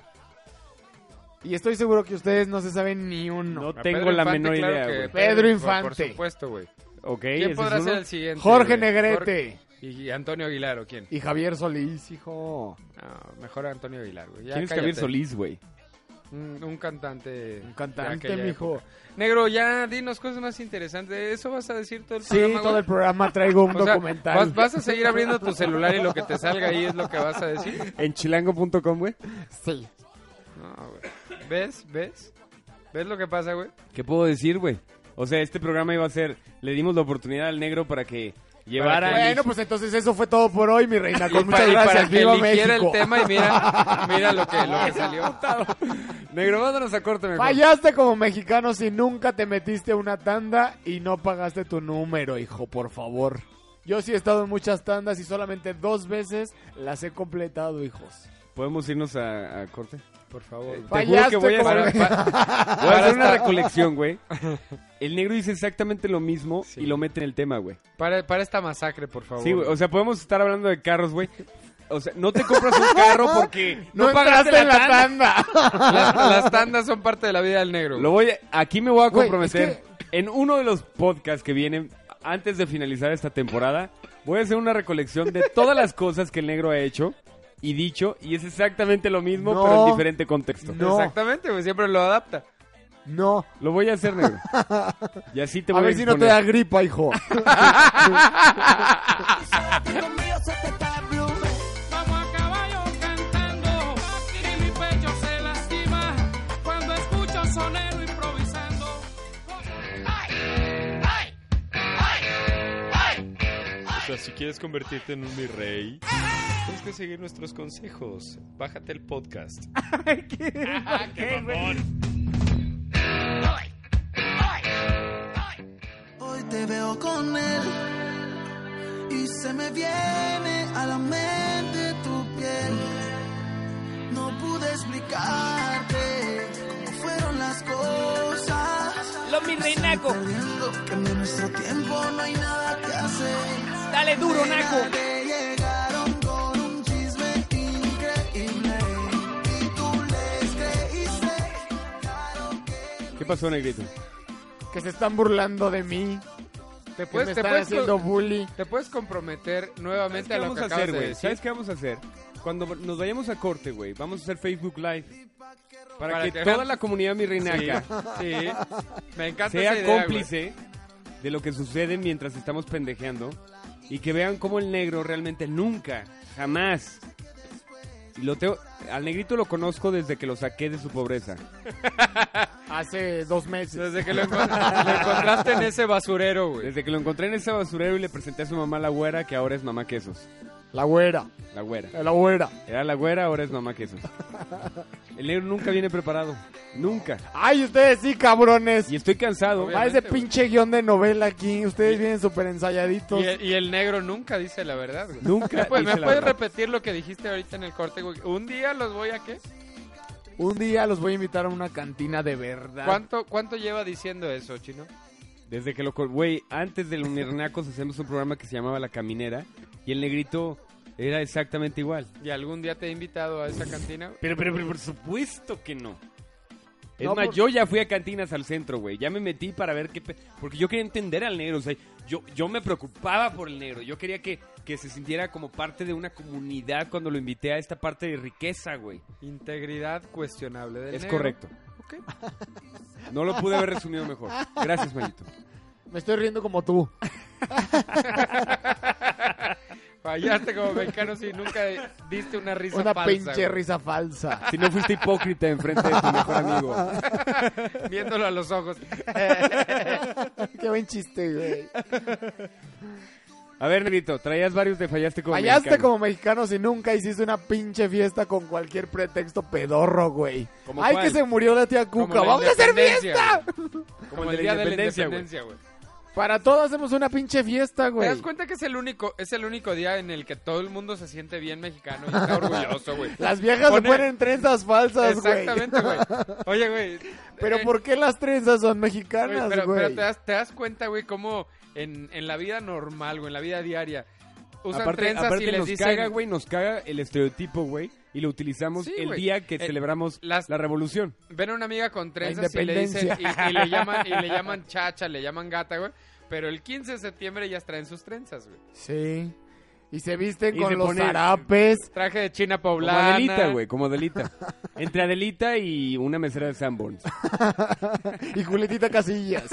Speaker 2: Y estoy seguro que ustedes no se saben ni uno.
Speaker 1: No
Speaker 5: A
Speaker 1: tengo
Speaker 5: Pedro
Speaker 1: la
Speaker 5: Infante,
Speaker 1: menor
Speaker 5: claro
Speaker 1: idea,
Speaker 5: que
Speaker 1: güey.
Speaker 2: Pedro
Speaker 5: por- Por
Speaker 2: Infante.
Speaker 5: supuesto, güey.
Speaker 1: Ok, ese
Speaker 5: ¿Quién
Speaker 1: es
Speaker 5: podrá
Speaker 1: uno.
Speaker 5: ser el siguiente?
Speaker 2: Jorge
Speaker 5: güey?
Speaker 2: Negrete.
Speaker 5: Jorge- Y, y Antonio Aguilar, ¿o quién?
Speaker 2: Y Javier Solís, hijo.
Speaker 5: No, mejor Antonio Aguilar, güey. Ya
Speaker 1: ¿Quién es
Speaker 5: cállate.
Speaker 1: Javier Solís, güey?
Speaker 5: Un, un cantante.
Speaker 2: Un
Speaker 5: de
Speaker 2: cantante,
Speaker 5: aquella
Speaker 2: mijo.
Speaker 5: época. Negro, ya dinos cosas más interesantes. Eso vas a decir todo el
Speaker 2: Sí,
Speaker 5: programa,
Speaker 2: todo
Speaker 5: güey?
Speaker 2: el programa traigo un
Speaker 5: O sea,
Speaker 2: documental.
Speaker 5: vas, vas a seguir abriendo tu celular y lo que te salga ahí es lo que vas a decir.
Speaker 1: En chilango.com, güey.
Speaker 2: Sí.
Speaker 5: No, güey. ¿Ves? ¿Ves? ¿Ves lo que pasa, güey?
Speaker 1: ¿Qué puedo decir, güey? O sea, este programa iba a ser, le dimos la oportunidad al negro para que llevara...
Speaker 2: Bueno, pues entonces eso fue todo por hoy, mi reina.
Speaker 5: Y
Speaker 2: Ah, Con
Speaker 5: pa-
Speaker 2: muchas
Speaker 5: y
Speaker 2: gracias.
Speaker 5: que
Speaker 2: Viva
Speaker 5: eligiera
Speaker 2: México.
Speaker 5: el tema y mira, mira lo, que, lo que salió.
Speaker 1: Negro, vámonos a corte mejor.
Speaker 2: Fallaste como mexicano si nunca te metiste a una tanda y no pagaste tu número, hijo, por favor. Yo sí he estado en muchas tandas y solamente dos veces las he completado, hijos.
Speaker 1: ¿Podemos irnos a, a corte?
Speaker 5: Por favor.
Speaker 1: Eh, Te juro
Speaker 2: Fallaste
Speaker 1: que voy a
Speaker 2: como-
Speaker 1: hacer, voy a hacer una recolección, güey. El negro dice exactamente lo mismo
Speaker 5: Sí.
Speaker 1: y lo mete en el tema, güey.
Speaker 5: Para, para esta masacre, por favor.
Speaker 1: Sí, güey. O sea, podemos estar hablando de carros, güey. O sea, no te compras un carro porque no, pagaste la, tanda.
Speaker 5: las, las tandas son parte de la vida del negro.
Speaker 1: Lo voy a- aquí me voy a
Speaker 2: Güey,
Speaker 1: comprometer
Speaker 2: es
Speaker 1: en uno de los podcasts que vienen antes de finalizar esta temporada. Voy a hacer una recolección de todas las cosas que el negro ha hecho y dicho y es exactamente lo mismo
Speaker 2: No.
Speaker 1: pero en diferente contexto.
Speaker 2: No.
Speaker 5: Exactamente, güey. Siempre lo adapta.
Speaker 2: No.
Speaker 1: Lo voy a hacer, negro. Y así te voy
Speaker 2: A
Speaker 1: a
Speaker 2: ver si no te
Speaker 1: exponer.
Speaker 2: da gripa, hijo.
Speaker 6: Lo mío se te está blue. Vamos a caballo cantando y mi pecho se lastima cuando escucho sonero improvisando.
Speaker 12: O sea, si quieres convertirte en un mi rey, tienes que seguir nuestros consejos. Bájate el podcast.
Speaker 6: Hoy te veo con él y se me viene a la mente tu piel. No pude explicarte cómo fueron las cosas.
Speaker 13: Los mil reinaco,
Speaker 6: Sabiendo que en nuestro tiempo no hay nada que hacer.
Speaker 13: dale duro, Naco.
Speaker 6: Te llegaron con un chisme increíble y tú les creíste.
Speaker 1: ¿Qué pasó, negrito?
Speaker 2: que se están burlando de mí.
Speaker 5: Te
Speaker 2: Que me
Speaker 1: Pues
Speaker 5: puedes, te
Speaker 2: están
Speaker 5: puedes,
Speaker 2: haciendo bully.
Speaker 5: te puedes comprometer nuevamente a
Speaker 1: ¿Qué
Speaker 5: lo
Speaker 1: vamos
Speaker 5: que
Speaker 1: a
Speaker 5: acabas
Speaker 1: hacer,
Speaker 5: de
Speaker 1: güey?
Speaker 5: decir.
Speaker 1: ¿Sabes qué vamos a hacer? Cuando nos vayamos a corte, güey, vamos a hacer Facebook Live. Para,
Speaker 5: Para
Speaker 1: que,
Speaker 5: que
Speaker 1: toda
Speaker 5: vean-
Speaker 1: la comunidad mi reinaca
Speaker 5: Sí. Me encanta esa
Speaker 1: sea
Speaker 5: idea, güey.
Speaker 1: cómplice de lo que sucede mientras estamos pendejeando y que vean cómo el negro realmente nunca, jamás. y Lo tengo, al negrito lo conozco desde que lo saqué de su pobreza.
Speaker 2: Hace dos meses.
Speaker 5: Desde que lo, encon- lo encontraste en ese basurero, güey.
Speaker 1: Desde que lo encontré en ese basurero y le presenté a su mamá la güera, que ahora es mamá quesos.
Speaker 2: La güera.
Speaker 1: La güera.
Speaker 2: La güera.
Speaker 1: Era la güera, ahora es mamá quesos. El negro nunca viene preparado. Nunca.
Speaker 2: Ay, ustedes sí, cabrones.
Speaker 1: Y estoy cansado.
Speaker 2: Va ese pinche guión de novela aquí. Ustedes vienen súper ensayaditos.
Speaker 5: Y el, y el negro nunca dice la verdad, güey.
Speaker 2: Nunca
Speaker 5: ¿Me, puede-
Speaker 2: dice
Speaker 5: me
Speaker 2: la
Speaker 5: puedes
Speaker 2: verdad.
Speaker 5: repetir lo que dijiste ahorita en el corte, güey? ¿Un día los voy a qué?
Speaker 2: Un día los voy a invitar a una cantina de verdad.
Speaker 5: ¿Cuánto, cuánto lleva diciendo eso, chino?
Speaker 1: Desde que lo... col- Güey, antes del Unirnacos hacíamos un programa que se llamaba La Caminera y el negrito era exactamente igual.
Speaker 5: ¿Y algún día te he invitado a esa cantina? güey?
Speaker 1: Pero, pero, pero por supuesto que no. Es
Speaker 5: No,
Speaker 1: más,
Speaker 5: por-
Speaker 1: yo ya fui a cantinas al centro, güey. Ya me metí para ver qué... pe- Porque yo quería entender al negro. O sea, yo, yo me preocupaba por el negro. Yo quería que, que se sintiera como parte de una comunidad cuando lo invité a esta parte de riqueza, güey.
Speaker 5: Integridad cuestionable del
Speaker 1: Es
Speaker 5: negro.
Speaker 1: correcto.
Speaker 5: Ok.
Speaker 1: No lo pude haber resumido mejor. Gracias, Mayito.
Speaker 2: Me estoy riendo como tú.
Speaker 5: Fallaste como mexicano si nunca diste una risa
Speaker 2: Una
Speaker 5: falsa.
Speaker 2: pinche
Speaker 5: güey.
Speaker 2: risa falsa.
Speaker 1: Si no fuiste hipócrita enfrente de tu mejor amigo.
Speaker 5: Viéndolo a los ojos.
Speaker 2: Qué buen chiste, güey.
Speaker 1: A ver, negrito, traías varios de fallaste como
Speaker 2: Fallaste
Speaker 1: mexicano.
Speaker 2: como mexicano si nunca hiciste una pinche fiesta con cualquier pretexto pedorro, güey.
Speaker 1: ¿Como
Speaker 2: Ay,
Speaker 1: cuál?
Speaker 2: que se murió la tía Cuca.
Speaker 5: la
Speaker 2: ¡Vamos a hacer
Speaker 5: independencia,
Speaker 2: fiesta!
Speaker 5: Como el día de la independencia, güey.
Speaker 2: Para todo hacemos una pinche fiesta,
Speaker 5: ¿Te
Speaker 2: güey.
Speaker 5: das cuenta que es el único es el único día en el que todo el mundo se siente bien mexicano y está orgulloso, güey?
Speaker 2: Las viejas
Speaker 5: Pone-
Speaker 2: se ponen trenzas falsas, güey.
Speaker 5: Exactamente, güey. Oye, güey. eh,
Speaker 2: Pero ¿por qué las trenzas son mexicanas,
Speaker 5: Oye, pero,
Speaker 2: güey?
Speaker 5: pero te, das, te das cuenta, güey, cómo en, en la vida normal, güey, en la vida diaria, usan
Speaker 1: aparte,
Speaker 5: trenzas
Speaker 1: aparte
Speaker 5: y les
Speaker 1: nos
Speaker 5: dicen...
Speaker 1: caga, güey, nos caga el estereotipo, güey, y lo utilizamos
Speaker 5: Sí,
Speaker 1: el
Speaker 5: güey.
Speaker 1: día que
Speaker 5: Eh,
Speaker 1: celebramos
Speaker 5: las-
Speaker 1: la revolución.
Speaker 5: Ven a una amiga con trenzas y le dicen...
Speaker 1: independencia.
Speaker 5: Y, y le llaman, y le llaman chacha, le llaman gata, güey. Pero el 15 de septiembre ellas traen sus trenzas, güey.
Speaker 2: Sí. Y se visten
Speaker 5: Y
Speaker 2: con
Speaker 5: se
Speaker 2: los
Speaker 5: pone-
Speaker 2: zarapes.
Speaker 5: Traje de China
Speaker 1: Como
Speaker 5: poblana.
Speaker 1: Adelita, güey, como Adelita. Entre Adelita y una mesera de Sanborns.
Speaker 2: y Julietita Casillas.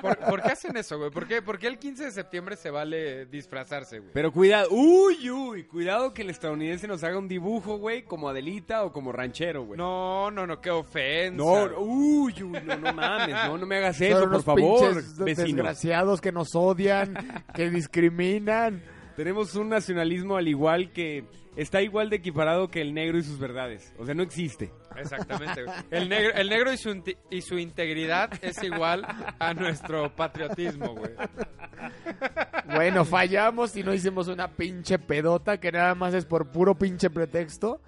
Speaker 5: ¿Por, por qué hacen eso, güey? ¿Por qué, por qué el 15 de septiembre se vale disfrazarse, güey?
Speaker 1: Pero cuidado, uy, uy, cuidado que el estadounidense nos haga un dibujo, güey, como Adelita o como ranchero, güey.
Speaker 5: No, no, no, qué ofensa.
Speaker 1: No, uy, uy, no, no mames, no, no me hagas eso,
Speaker 2: Son
Speaker 1: por
Speaker 2: unos
Speaker 1: favor,
Speaker 2: pinches
Speaker 1: vecino.
Speaker 2: desgraciados que nos odian, que discriminan.
Speaker 1: Tenemos un nacionalismo al igual que está igual de equiparado que el negro y sus verdades. O sea, no existe.
Speaker 5: Exactamente, güey. El negro, el negro y, su, inte- y su integridad es igual a nuestro patriotismo, güey.
Speaker 2: Bueno, fallamos y no hicimos una pinche pedota que nada más es por puro pinche pretexto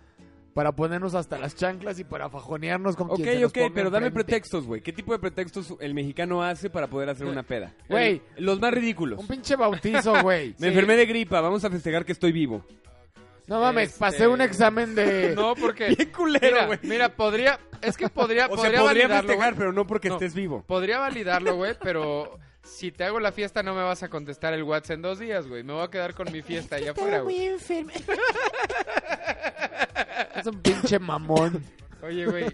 Speaker 2: para ponernos hasta las chanclas y para fajonearnos con quien se
Speaker 1: Ok,
Speaker 2: nos
Speaker 1: ok,
Speaker 2: ponga
Speaker 1: pero dame
Speaker 2: enfrente.
Speaker 1: pretextos, güey. ¿Qué tipo de pretextos el mexicano hace para poder hacer una peda?
Speaker 2: Güey.
Speaker 1: El- los más ridículos.
Speaker 2: Un pinche bautizo, güey.
Speaker 1: Me enfermé de gripa, vamos a festejar que estoy vivo.
Speaker 2: No mames,
Speaker 5: Este-
Speaker 2: pasé un examen de...
Speaker 5: No, porque. mira,
Speaker 1: güey.
Speaker 5: Mira, podría. Es que podría.
Speaker 1: O sea,
Speaker 5: podría
Speaker 1: podría
Speaker 5: validarlo,
Speaker 1: festejar,
Speaker 5: güey.
Speaker 1: pero no porque estés vivo.
Speaker 5: Podría validarlo, güey, pero. Si te hago la fiesta, no me vas a contestar el WhatsApp en dos días, güey. Me voy a quedar con mi fiesta allá afuera, güey.
Speaker 2: enfermo. Es un pinche mamón.
Speaker 5: Oye, güey,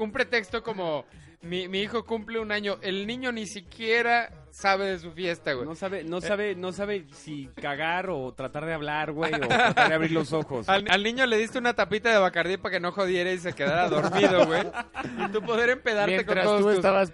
Speaker 5: un pretexto como mi, mi hijo cumple un año, el niño ni siquiera sabe de su fiesta, güey.
Speaker 1: No sabe, no sabe, no sabe si cagar o tratar de hablar, güey, o tratar de abrir los ojos.
Speaker 5: Al, al niño le diste una tapita de Bacardí para que no jodiera y se quedara dormido, güey. Y tú poder empedarte
Speaker 2: Mientras
Speaker 5: con todos
Speaker 2: tú
Speaker 5: tus-
Speaker 2: estabas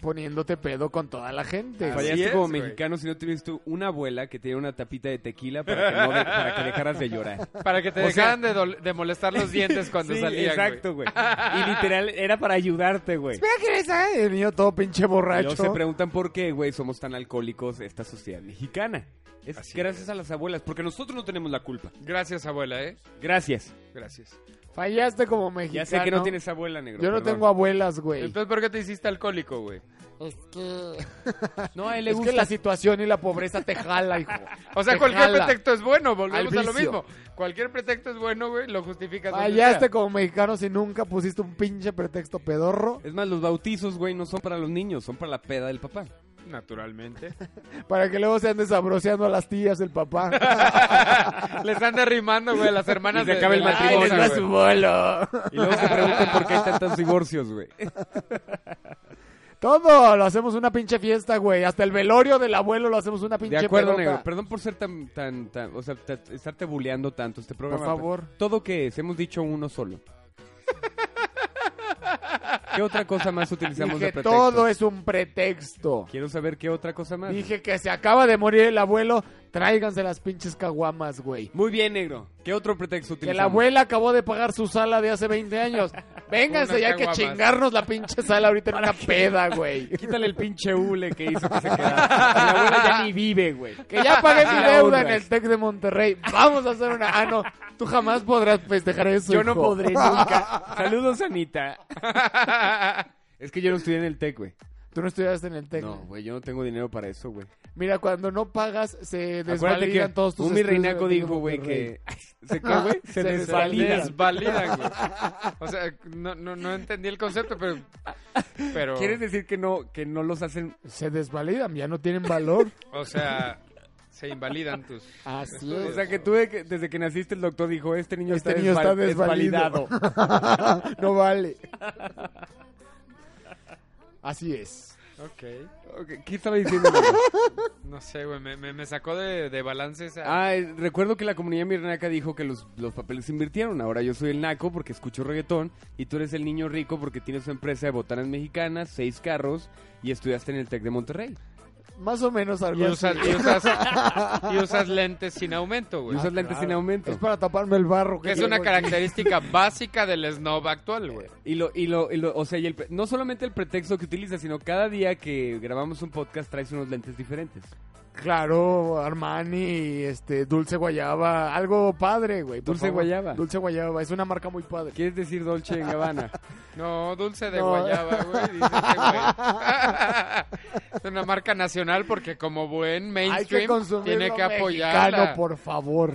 Speaker 2: poniéndote pedo con toda la gente. güey.
Speaker 1: Fallaste
Speaker 5: es,
Speaker 1: como
Speaker 5: güey.
Speaker 1: mexicano si no tuviste una abuela que tenía una tapita de tequila para que, no de- para que dejaras de llorar.
Speaker 5: Para que te
Speaker 1: O sea-
Speaker 5: dejaran de, dol- de molestar los dientes cuando
Speaker 1: Sí,
Speaker 5: salían,
Speaker 1: exacto, güey. Y literal, era para ayudarte, güey.
Speaker 2: Mira que ves, ay, El niño todo pinche borracho.
Speaker 1: Luego se preguntan por qué, güey, somos tan alcohólicos esta sociedad mexicana. Es gracias a las abuelas, porque nosotros no tenemos la culpa.
Speaker 5: Gracias, abuela, ¿eh?
Speaker 1: Gracias.
Speaker 5: Gracias.
Speaker 2: Fallaste como mexicano.
Speaker 1: Ya sé que no tienes abuela, negro.
Speaker 2: Yo no
Speaker 1: perdón.
Speaker 2: tengo abuelas, güey.
Speaker 5: Entonces, ¿por qué te hiciste alcohólico, güey?
Speaker 2: Es que...
Speaker 1: No, a él le
Speaker 2: Es
Speaker 1: gusta.
Speaker 2: que la situación y la pobreza te jala, hijo.
Speaker 5: O sea,
Speaker 2: Te
Speaker 5: cualquier
Speaker 2: jala.
Speaker 5: pretexto es bueno, volvemos
Speaker 2: Al
Speaker 5: a lo
Speaker 2: vicio. Ah,
Speaker 5: mismo. Cualquier pretexto es bueno, güey, lo justificas. donde
Speaker 2: Fallaste
Speaker 5: sea.
Speaker 2: como mexicano si nunca pusiste un pinche pretexto pedorro
Speaker 1: Es más, los bautizos, güey, no son para los niños, son para la peda del papá.
Speaker 5: Naturalmente.
Speaker 2: para que luego se anden sabroseando a las tías el papá.
Speaker 5: Les anda rimando, güey, las hermanas
Speaker 1: Y se acaba el
Speaker 5: la
Speaker 1: matrimonio,
Speaker 5: esposa,
Speaker 1: güey.
Speaker 5: güey.
Speaker 2: su bolo.
Speaker 1: Y luego se preguntan por qué hay tantos divorcios, güey.
Speaker 2: Todo lo hacemos una pinche fiesta, güey. Hasta el velorio del abuelo lo hacemos una
Speaker 1: De
Speaker 2: pinche
Speaker 1: acuerdo,
Speaker 2: pedota.
Speaker 1: negro. Perdón por ser tan, tan, tan, o sea, ta- estarte buleando tanto este programa.
Speaker 2: favor.
Speaker 1: pero Todo que es, hemos dicho uno solo. ¿Qué otra cosa más utilizamos de
Speaker 2: Dije,
Speaker 1: pretexto?
Speaker 2: todo es un pretexto.
Speaker 1: Quiero saber qué otra cosa más.
Speaker 2: Dije que se acaba de morir el abuelo. Tráiganse las pinches caguamas, güey.
Speaker 1: Muy bien, negro. ¿Qué otro pretexto
Speaker 2: Que
Speaker 1: utilizamos?
Speaker 2: la abuela acabó de pagar su sala de hace 20 años. Vénganse,
Speaker 1: Una
Speaker 2: ya hay que
Speaker 1: caguamas.
Speaker 2: chingarnos la pinche sala ahorita en una peda, güey.
Speaker 1: Quítale el pinche hule que hizo que se quedara. La abuela ya ni vive, güey.
Speaker 2: Que ya pagué mi
Speaker 1: La
Speaker 2: deuda
Speaker 1: honra.
Speaker 2: en el TEC de Monterrey. Vamos a hacer una... Ah, no. Tú jamás podrás festejar eso,
Speaker 1: Yo no
Speaker 2: hijo.
Speaker 1: podré nunca. Saludos, Anita. Es que yo no estudié en el TEC, güey.
Speaker 2: Tú no estudiaste en el TEC.
Speaker 1: No, güey, yo no tengo dinero para eso, güey.
Speaker 2: Mira, cuando no pagas, se
Speaker 1: Acuérdate
Speaker 2: desvalidan
Speaker 1: que
Speaker 2: todos tus
Speaker 1: un mi
Speaker 2: estudios
Speaker 1: reinaco
Speaker 2: en el
Speaker 1: dijo, güey,
Speaker 2: Monterrey.
Speaker 1: que... ¿Se, qué, güey?
Speaker 2: Se
Speaker 1: se,
Speaker 2: desvalida.
Speaker 1: desvalida.
Speaker 5: Desvalida, güey. O sea, no, no, no entendí el concepto, pero... pero
Speaker 1: ¿Quieres decir que no, que no los hacen...
Speaker 2: Se desvalidan, ya no tienen valor.
Speaker 5: O sea, se invalidan tus...
Speaker 2: Así
Speaker 1: O sea, que tú de que- desde que naciste el doctor dijo, este niño
Speaker 2: Este
Speaker 1: está,
Speaker 2: niño está
Speaker 1: desval-
Speaker 2: desvalidado.
Speaker 1: desvalidado.
Speaker 2: no vale. Así es.
Speaker 5: Ok.
Speaker 1: Ok, ¿Qué estaba diciendo? güey?
Speaker 5: No sé, güey, me, me, me sacó de, de balance esa...
Speaker 1: ah, eh, recuerdo que la comunidad mirnaca dijo que los, los papeles se invirtieron. Ahora yo soy el naco porque escucho reggaetón y tú eres el niño rico porque tienes una empresa de botanas mexicanas, seis carros y estudiaste en el TEC de Monterrey.
Speaker 2: Más o menos algo
Speaker 5: Y usas,
Speaker 2: así.
Speaker 5: y, usas, y usas lentes sin aumento,
Speaker 1: Y
Speaker 5: güey.
Speaker 1: usas lentes sin aumento.
Speaker 2: Ah, Es para taparme el barro.
Speaker 5: Que es
Speaker 2: llevo
Speaker 5: una
Speaker 2: aquí.
Speaker 5: característica básica del snob actual, güey.
Speaker 1: Y lo, y lo, y lo- o sea, y el pre- no solamente el pretexto que utilizas, sino cada día que grabamos un podcast traes unos lentes diferentes.
Speaker 2: Claro, Armani, este, Dulce Guayaba, algo padre, güey. por
Speaker 1: Dulce
Speaker 2: favor.
Speaker 1: Guayaba.
Speaker 2: Dulce Guayaba, es una marca muy padre.
Speaker 1: ¿Quieres decir Dolce en Gabbana?
Speaker 5: No, dulce de
Speaker 2: No.
Speaker 5: guayaba, güey. dice este güey. es una marca nacional porque como buen
Speaker 2: Hay que
Speaker 5: mainstream
Speaker 2: consumir
Speaker 5: tiene que
Speaker 2: mexicano,
Speaker 5: apoyarla.
Speaker 2: por favor.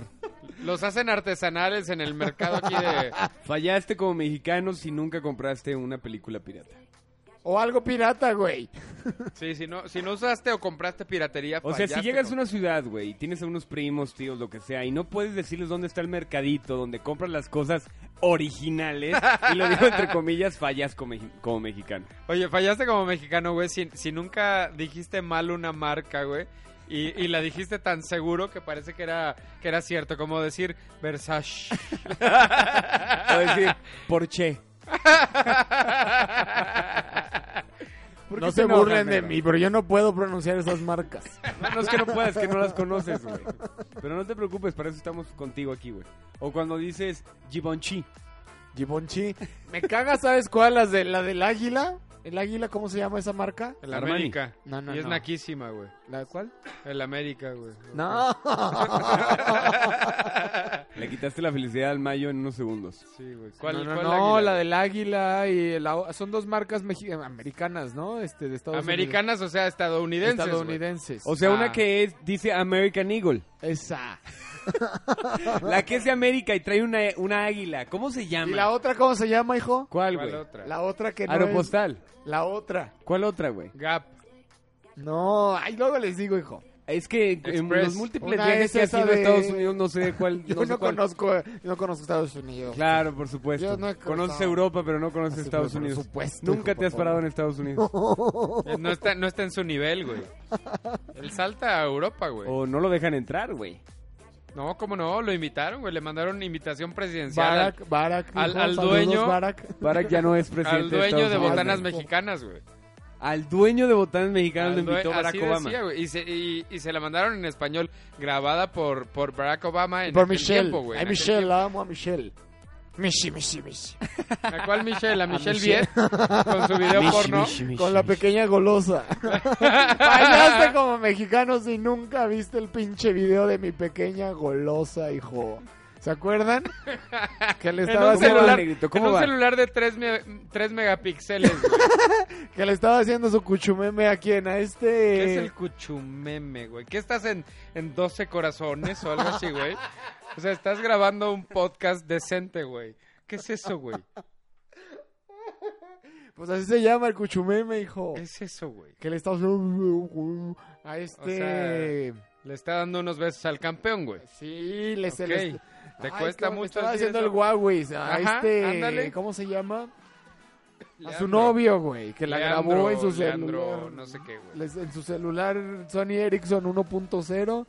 Speaker 5: Los hacen artesanales en el mercado aquí de...
Speaker 1: Fallaste como mexicano si nunca compraste una película pirata.
Speaker 2: O algo pirata, güey.
Speaker 5: Sí, si no, si no usaste o compraste piratería,
Speaker 1: O sea, si
Speaker 5: fallaste,
Speaker 1: llegas a
Speaker 5: cabrón.
Speaker 1: una ciudad, güey, y tienes a unos primos, tíos, lo que sea, y no puedes decirles dónde está el mercadito, donde compras las cosas originales, y lo digo entre comillas, fallas como, mexi- como mexicano.
Speaker 5: Oye, fallaste como mexicano, güey, si, si nunca dijiste mal una marca, güey. Y, y la dijiste tan seguro que parece que era, que era cierto, como decir Versace.
Speaker 1: O decir, Porche. ¿Por
Speaker 2: No
Speaker 1: qué
Speaker 2: se
Speaker 1: enojan,
Speaker 2: burlen de
Speaker 1: negro?
Speaker 2: mí, pero yo no puedo pronunciar esas marcas.
Speaker 1: No, no es que no puedas, que no las conoces, güey. Pero no te preocupes, para eso estamos contigo aquí, güey. O cuando dices Givenchy.
Speaker 2: Givenchy. Me caga, ¿sabes cuál? Las de, la del águila. ¿El águila cómo se llama esa marca?
Speaker 5: El
Speaker 1: Armani.
Speaker 5: América.
Speaker 2: No, no,
Speaker 5: y es
Speaker 2: no.
Speaker 5: naquísima, güey.
Speaker 2: ¿La cuál?
Speaker 5: El América, güey.
Speaker 2: No.
Speaker 1: Le quitaste la felicidad al mayo en unos segundos.
Speaker 5: Pues Sí, güey. ¿Cuál,
Speaker 2: no, no,
Speaker 5: cuál
Speaker 2: no,
Speaker 5: águila,
Speaker 2: la
Speaker 5: güey?
Speaker 2: del águila y la, son dos marcas mexi- eh, americanas, ¿no? Este de Estados Unidos.
Speaker 5: Americanas, o sea, estadounidenses. güey.
Speaker 2: estadounidenses.
Speaker 1: O sea,
Speaker 5: Ah.
Speaker 1: una que es, dice American Eagle.
Speaker 2: esa.
Speaker 1: La que es de América y trae una, una águila. ¿Cómo se
Speaker 5: Ah,
Speaker 1: llama?
Speaker 2: ¿Y la otra cómo se llama, hijo?
Speaker 1: ¿Cuál,
Speaker 5: ¿Cuál
Speaker 1: güey?
Speaker 5: otra?
Speaker 2: La otra que no es-
Speaker 1: Aeropostal.
Speaker 2: La otra.
Speaker 1: ¿Cuál otra, güey?
Speaker 5: Gap.
Speaker 2: No, ahí luego les digo, hijo.
Speaker 1: Es que en
Speaker 5: Express.
Speaker 1: los múltiples
Speaker 2: Una
Speaker 1: viajes
Speaker 2: es
Speaker 1: que has
Speaker 2: esa
Speaker 1: ido a
Speaker 2: de-
Speaker 1: Estados Unidos, no sé cuál.
Speaker 2: Yo
Speaker 1: no
Speaker 2: no,
Speaker 1: sé cuál.
Speaker 2: conozco, yo no conozco Estados Unidos.
Speaker 1: Claro, por supuesto.
Speaker 2: Yo no he
Speaker 1: conoces
Speaker 2: cruzado.
Speaker 1: Europa, pero no conoces
Speaker 2: Así,
Speaker 1: Estados
Speaker 2: por
Speaker 1: Unidos.
Speaker 2: supuesto,
Speaker 1: Nunca
Speaker 2: hijo,
Speaker 1: te has
Speaker 2: por
Speaker 1: parado
Speaker 2: favor.
Speaker 1: en Estados Unidos.
Speaker 5: Eh, No está, no está en su nivel, güey. Él salta a Europa, güey.
Speaker 2: Oh.
Speaker 1: o no lo dejan entrar, güey.
Speaker 5: No, cómo no, lo invitaron, güey. Le mandaron invitación presidencial. al-
Speaker 2: Barack, Barack,
Speaker 5: Al-
Speaker 2: hijo,
Speaker 5: al
Speaker 2: saludos,
Speaker 5: dueño.
Speaker 2: Barack.
Speaker 1: Barack ya no es presidente.
Speaker 5: Al
Speaker 1: de,
Speaker 5: dueño
Speaker 1: Estados
Speaker 5: de
Speaker 1: Unidos,
Speaker 5: botanas
Speaker 1: güey.
Speaker 5: mexicanas, güey.
Speaker 1: Al dueño de botanas mexicanas
Speaker 5: Al
Speaker 1: lo invitó
Speaker 5: due-
Speaker 1: Barack
Speaker 5: así
Speaker 1: Obama.
Speaker 5: decía, güey. Y se, y, y se la mandaron en español, grabada por, por Barack Obama en
Speaker 2: Por
Speaker 5: aquel
Speaker 2: Michelle.
Speaker 5: tiempo, güey.
Speaker 2: Ay,
Speaker 5: en aquel
Speaker 2: Michelle,
Speaker 5: tiempo.
Speaker 2: la amo a Michelle. Michi, Michi, Michi.
Speaker 5: ¿A cuál Michelle? A Michelle
Speaker 2: Michelle.
Speaker 5: Viet, con su video porno.
Speaker 2: Con la pequeña golosa. Fallaste como mexicano si nunca viste el pinche video de mi pequeña golosa, hijo. ¿Se acuerdan? Que le
Speaker 5: En un
Speaker 2: estaba
Speaker 1: ¿Cómo va,
Speaker 2: haciendo,
Speaker 5: celular,
Speaker 1: negrito?
Speaker 5: en
Speaker 1: ¿Cómo
Speaker 5: un
Speaker 1: va?
Speaker 5: celular de 3, megapíxeles, güey.
Speaker 2: que le estaba haciendo su cuchumeme a quien, a este.
Speaker 5: ¿Qué es el cuchumeme, güey? ¿Qué estás en, en 12 corazones o algo así, güey? O sea, estás grabando un podcast decente, güey. ¿Qué es eso, güey?
Speaker 2: Pues así se llama el cuchumeme, hijo.
Speaker 5: ¿Qué es eso, güey?
Speaker 2: Que le estaba haciendo a este.
Speaker 5: Le está dando unos besos al campeón, güey.
Speaker 2: Sí, le se
Speaker 5: Ok.
Speaker 2: le-
Speaker 5: Te
Speaker 2: Ay,
Speaker 5: cuesta
Speaker 2: cómo me
Speaker 5: mucho
Speaker 2: Estaba
Speaker 5: decir
Speaker 2: haciendo
Speaker 5: eso.
Speaker 2: el Huawei. A
Speaker 5: Ajá,
Speaker 2: este.
Speaker 5: ándale.
Speaker 2: ¿Cómo se llama? A su
Speaker 5: Leandro.
Speaker 2: novio, güey. Que la
Speaker 5: Leandro,
Speaker 2: grabó en su
Speaker 5: Leandro,
Speaker 2: celular.
Speaker 5: no sé qué, güey.
Speaker 2: Les- en su celular Sony Ericsson 1.0.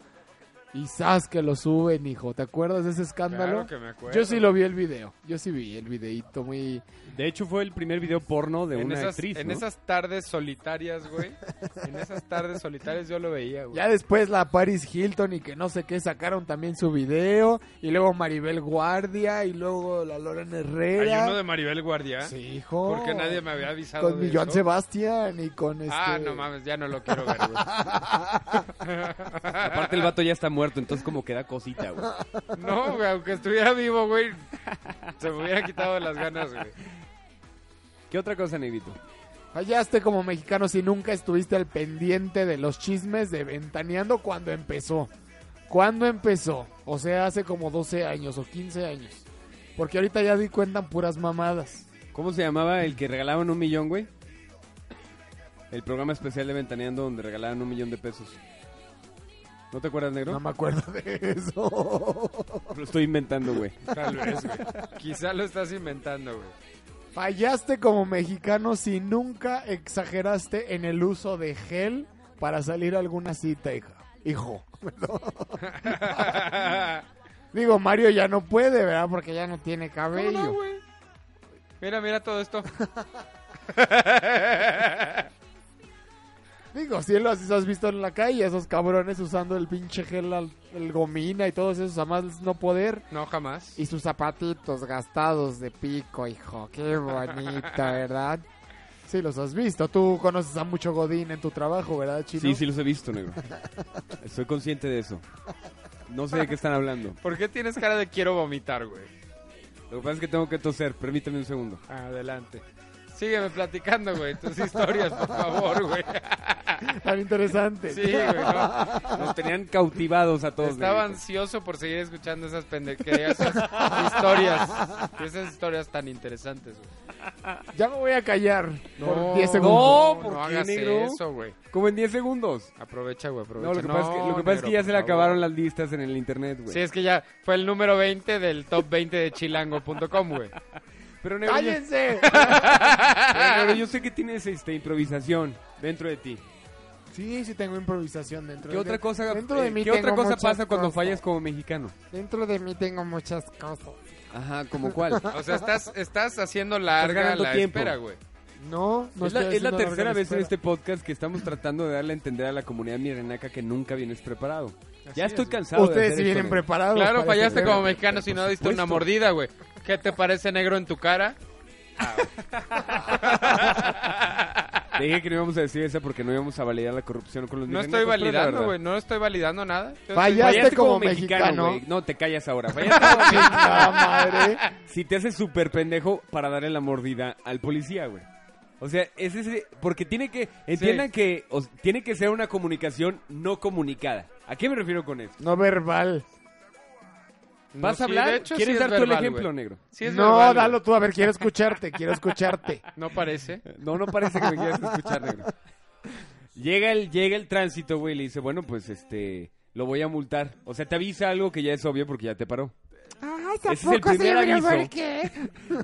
Speaker 2: Y sas que lo suben, hijo. ¿Te acuerdas de ese escándalo?
Speaker 5: Claro que me acuerdo.
Speaker 2: Yo sí lo vi el video. Yo sí vi el videíto muy...
Speaker 1: De hecho, fue el primer video porno de
Speaker 5: en
Speaker 1: una
Speaker 5: esas,
Speaker 1: actriz,
Speaker 5: en
Speaker 1: ¿no?
Speaker 5: esas tardes solitarias, güey. En esas tardes solitarias yo lo veía, güey.
Speaker 2: Ya después la Paris Hilton y que no sé qué sacaron también su video. Y luego Maribel Guardia y luego la Lorena Herrera.
Speaker 5: Hay uno de Maribel Guardia.
Speaker 2: Sí, hijo.
Speaker 5: Porque nadie me había avisado.
Speaker 2: Con
Speaker 5: de
Speaker 2: mi Joan
Speaker 5: eso.
Speaker 2: Sebastián y con este...
Speaker 5: Ah, no mames, ya no lo quiero ver, güey. Ah,
Speaker 1: Aparte, el vato ya está muerto, entonces como queda cosita, güey.
Speaker 5: No, güey, aunque estuviera vivo, güey, se me hubiera quitado las ganas, güey.
Speaker 1: ¿Qué otra cosa, Negrito?
Speaker 2: Fallaste como mexicano si nunca estuviste al pendiente de los chismes de Ventaneando cuando empezó. ¿Cuándo empezó? O sea, hace como 12 años o 15 años. Porque ahorita ya di cuentan puras mamadas.
Speaker 1: ¿Cómo se llamaba el que regalaban un millón, güey? El programa especial de Ventaneando donde regalaban un millón de pesos. ¿No te acuerdas, negro?
Speaker 2: No me acuerdo de eso.
Speaker 1: Lo estoy inventando, güey.
Speaker 5: Tal vez, güey. Quizá lo estás inventando, güey.
Speaker 2: Fallaste como mexicano si nunca exageraste en el uso de gel para salir a alguna cita, hija. Hijo. perdón. Digo, Mario ya no puede, ¿verdad? Porque ya no tiene cabello.
Speaker 5: no, güey? Mira, mira todo esto.
Speaker 2: Digo, si los has visto en la calle, esos cabrones usando el pinche gel, al- el gomina y todos esos, a más no poder.
Speaker 5: No, jamás.
Speaker 2: Y sus zapatitos gastados de pico, hijo. Qué bonito, ¿verdad? Sí, los has visto. Tú conoces a mucho Godín en tu trabajo, ¿verdad, Chino?
Speaker 1: Sí, sí los he visto, negro. Estoy consciente de eso. No sé de qué están hablando.
Speaker 5: ¿Por qué tienes cara de quiero vomitar, güey?
Speaker 1: Lo que pasa es que tengo que toser. Permíteme un segundo.
Speaker 5: Adelante. Sígueme platicando, güey, tus historias, por favor, güey.
Speaker 2: Tan interesante.
Speaker 5: Sí, güey. no.
Speaker 1: Nos tenían cautivados a todos.
Speaker 5: Estaba
Speaker 1: negrito.
Speaker 5: ansioso por seguir escuchando esas pendequerías, esas historias. Y esas historias tan interesantes, güey.
Speaker 2: Ya me voy a callar por 10
Speaker 1: No,
Speaker 2: segundos.
Speaker 1: ¿por
Speaker 5: no
Speaker 1: qué,
Speaker 5: hagas
Speaker 1: negro?
Speaker 5: eso, güey.
Speaker 1: Como en 10 segundos.
Speaker 5: Aprovecha, güey, aprovecha.
Speaker 1: No, lo que pasa es que, lo que, pasa es que
Speaker 5: negro,
Speaker 1: ya se le
Speaker 5: por favor.
Speaker 1: acabaron las listas en el internet, güey.
Speaker 5: Sí, es que ya fue el número 20 del top 20 de chilango.com, güey.
Speaker 1: Pero negro, yo-
Speaker 2: ¡Cállense!
Speaker 1: Pero, negro, yo sé que tienes esta improvisación dentro de ti.
Speaker 2: Sí, sí tengo improvisación dentro
Speaker 1: ¿Qué
Speaker 2: de
Speaker 1: otra cosa,
Speaker 2: dentro de
Speaker 1: eh,
Speaker 2: mí
Speaker 1: ¿qué otra
Speaker 2: tengo
Speaker 1: cosa
Speaker 2: muchas
Speaker 1: pasa cuando
Speaker 2: cosas.
Speaker 1: fallas como mexicano?
Speaker 2: Dentro de mí tengo muchas cosas.
Speaker 1: Ajá, ¿como cuál?
Speaker 5: O sea, estás, estás haciendo larga
Speaker 1: ganando
Speaker 5: la
Speaker 1: tiempo.
Speaker 5: espera, güey.
Speaker 2: No, no
Speaker 1: es la,
Speaker 2: estoy
Speaker 1: es la
Speaker 2: haciendo
Speaker 1: tercera
Speaker 2: larga
Speaker 1: vez en
Speaker 2: espera.
Speaker 1: este podcast que estamos tratando de darle a entender a la comunidad mirenaca que nunca vienes preparado. ya estoy cansado. de
Speaker 2: Ustedes
Speaker 1: hacer
Speaker 2: sí
Speaker 1: esto,
Speaker 2: vienen
Speaker 1: negro.
Speaker 2: preparados.
Speaker 5: Claro,
Speaker 2: para este
Speaker 5: fallaste como
Speaker 2: programa.
Speaker 5: mexicano si no diste una
Speaker 1: supuesto.
Speaker 5: mordida, güey. ¿Qué te parece negro en tu cara? Ah,
Speaker 1: Te dije que no íbamos a decir esa porque no íbamos a validar la corrupción con los
Speaker 5: No
Speaker 1: mirenacos,
Speaker 5: estoy
Speaker 1: pero es la
Speaker 5: validando,
Speaker 1: verdad.
Speaker 5: güey. No estoy validando nada. Yo
Speaker 2: Vaya.
Speaker 5: estoy-
Speaker 1: Fallaste como
Speaker 2: como mexicano.
Speaker 1: mexicano, güey. No, te callas ahora. Fallaste como
Speaker 2: Ah,
Speaker 1: mexicano.
Speaker 2: madre.
Speaker 1: Si te haces súper pendejo para darle la mordida al policía, güey. O sea, es ese... Porque tiene que... Entiendan que o sea, tiene que ser una comunicación no comunicada. ¿A qué me refiero con esto?
Speaker 2: No verbal.
Speaker 5: No, Pues
Speaker 1: ¿Vas
Speaker 5: sí,
Speaker 1: a hablar?
Speaker 5: de hecho,
Speaker 1: ¿Quieres
Speaker 5: sí es
Speaker 1: dar tú el
Speaker 5: verbal,
Speaker 1: ejemplo,
Speaker 5: güey.
Speaker 1: negro?
Speaker 5: Sí es
Speaker 2: no,
Speaker 5: verbal, güey.
Speaker 2: dalo tú. A ver, quiero escucharte, quiero escucharte.
Speaker 5: No parece.
Speaker 1: No, no parece que me quieras escuchar, negro. Llega el, llega el tránsito, güey, y le dice, bueno, pues, este... Lo voy a multar. O sea, te avisa algo que ya es obvio porque ya te paró.
Speaker 14: Ay,
Speaker 1: Ese es el primer aviso.
Speaker 14: qué?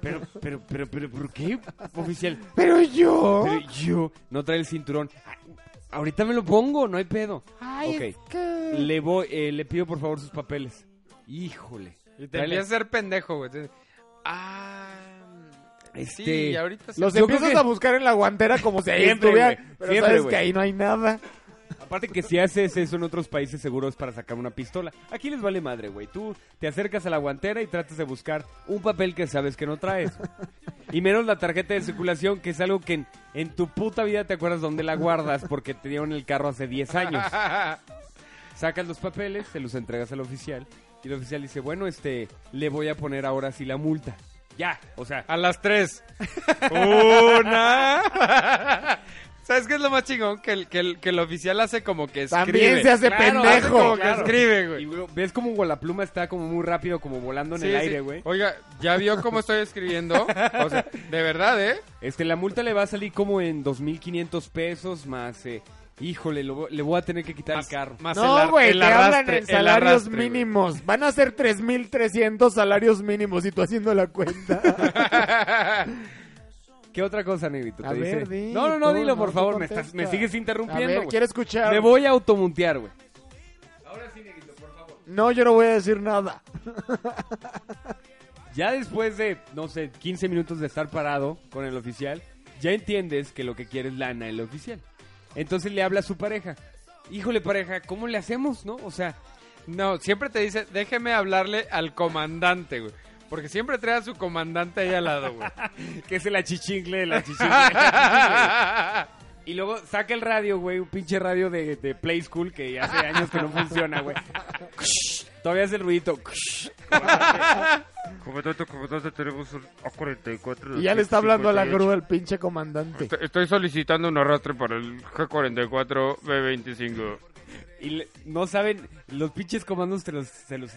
Speaker 1: Pero, pero, pero, pero, ¿por qué, oficial?
Speaker 2: Pero yo.
Speaker 1: Pero
Speaker 5: Oh.
Speaker 1: yo no trae el cinturón. Ahorita me lo pongo, no hay pedo. ok. Le voy, eh, le pido por favor sus papeles. Híjole.
Speaker 5: Y te
Speaker 1: Tráele-
Speaker 5: empiezas a ser pendejo, güey. Entonces, Ah.
Speaker 1: Este,
Speaker 5: Sí, ahorita sí.
Speaker 2: Los
Speaker 1: Yo creo
Speaker 2: empiezas
Speaker 1: que-
Speaker 2: a buscar en la guantera como si ahí
Speaker 1: Siempre,
Speaker 2: estuviera.
Speaker 1: güey,
Speaker 2: Pero
Speaker 1: siempre,
Speaker 2: sabes
Speaker 1: güey.
Speaker 2: que ahí no hay nada.
Speaker 1: Aparte que si haces eso en otros países seguros para sacar una pistola. Aquí les vale madre, güey. Tú te acercas a la guantera y tratas de buscar un papel que sabes que no traes. Y menos la tarjeta de circulación, que es algo que en, en tu puta vida te acuerdas dónde la guardas porque te dieron el carro hace 10 años. Sacas los papeles, se los entregas al oficial y el oficial dice, bueno, este, le voy a poner ahora sí la multa. Ya, o sea,
Speaker 5: A las tres. Una. ¿Sabes qué es lo más chingón? Que el, que el, que el oficial hace como que escribe.
Speaker 2: También se hace
Speaker 5: Claro, hace
Speaker 2: pendejo.
Speaker 5: como
Speaker 1: Claro.
Speaker 5: que escribe,
Speaker 1: y
Speaker 5: güey.
Speaker 1: güey, ves como Gualappluma está como muy rápido, como volando en
Speaker 5: Sí,
Speaker 1: el
Speaker 5: sí.
Speaker 1: aire, güey.
Speaker 5: Oiga, ¿ya vio cómo estoy escribiendo? O sea, de verdad, ¿eh?
Speaker 1: Este, la multa le va a salir como en 2.500 pesos más, eh, híjole, lo vo- le voy a tener que quitar el carro.
Speaker 5: Más el
Speaker 2: No,
Speaker 5: ar-
Speaker 2: güey,
Speaker 5: el
Speaker 2: te hablan
Speaker 5: arrastre,
Speaker 2: en
Speaker 5: el
Speaker 2: salarios
Speaker 5: arrastre, güey.
Speaker 2: mínimos. Van a ser 3.300 salarios mínimos y tú haciendo la cuenta.
Speaker 1: ¿Qué otra cosa, negrito?
Speaker 2: A
Speaker 1: te dice?
Speaker 2: ver, di,
Speaker 1: no, no, no,
Speaker 2: tú,
Speaker 1: dilo,
Speaker 2: no,
Speaker 1: por
Speaker 2: tú
Speaker 1: favor, me, estás-
Speaker 2: contesta.
Speaker 1: me sigues
Speaker 2: a
Speaker 1: interrumpiendo,
Speaker 2: ver,
Speaker 1: güey.
Speaker 2: quiero escuchar.
Speaker 1: Me voy a automuntear, güey. Ahora sí, negrito, por favor.
Speaker 2: No, yo no voy a decir nada.
Speaker 1: Ya después de, no sé, 15 minutos de estar parado con el oficial, ya entiendes que lo que quiere es lana el oficial. Entonces le habla a su pareja. Híjole, pareja, ¿cómo le hacemos, no? O sea,
Speaker 5: No, siempre te dice, déjeme hablarle al comandante, güey. Porque siempre trae a su comandante ahí al lado, güey.
Speaker 1: que es el achichingle de la achichingle. Y luego saca el radio, güey, un pinche radio de, de Play School que hace años que no funciona, güey. Todavía hace el ruidito.
Speaker 15: Comandante, comandante, tenemos un A44.
Speaker 2: Y ya le está hablando a la grúa el pinche comandante.
Speaker 5: Estoy solicitando un arrastre para el G44B25.
Speaker 1: Y le- no saben, los pinches comandos te los, se los...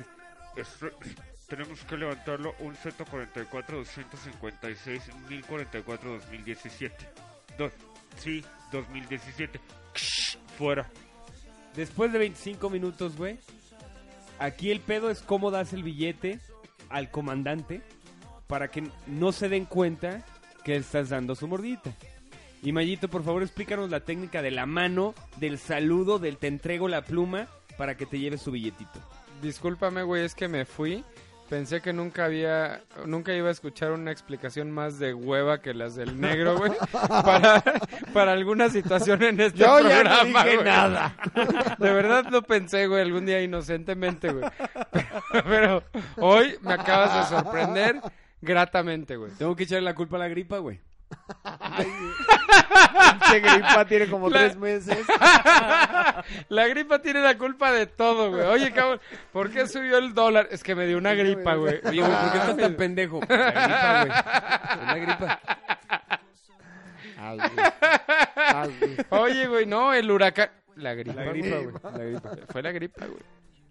Speaker 15: Tenemos que levantarlo un 144 256 1044 2017. Dos, sí, 2017. Fuera.
Speaker 1: Después de 25 minutos, güey, aquí el pedo es cómo das el billete al comandante para que no se den cuenta que estás dando su mordita. Y Mayito, por favor, explícanos la técnica de la mano, del saludo, del te entrego la pluma para que te lleves su billetito.
Speaker 5: Discúlpame, güey, es que me fui. Pensé que nunca había, nunca iba a escuchar una explicación más de hueva que las del negro, güey, para, para alguna situación en este
Speaker 2: Yo ya no
Speaker 5: programa.
Speaker 2: dije
Speaker 5: güey.
Speaker 2: nada.
Speaker 5: De verdad lo pensé, güey, algún día inocentemente, güey. Pero hoy me acabas de sorprender gratamente, güey.
Speaker 1: Tengo que echarle la culpa a la gripa, güey.
Speaker 2: Pinche gripa tiene como
Speaker 5: La-
Speaker 2: tres meses.
Speaker 5: La gripa tiene la culpa de todo, güey. Oye, cabrón, ¿por qué subió el dólar? Es que me dio una gripa, güey.
Speaker 1: Oye, güey, ¿por qué estás tan pendejo? La gripa, güey. Ah, La gripa.
Speaker 2: Ah,
Speaker 5: Oye, güey, no, el huracán. La gripa,
Speaker 1: La gripa,
Speaker 5: güey.
Speaker 1: güey, la gripa.
Speaker 5: Fue la gripa, güey.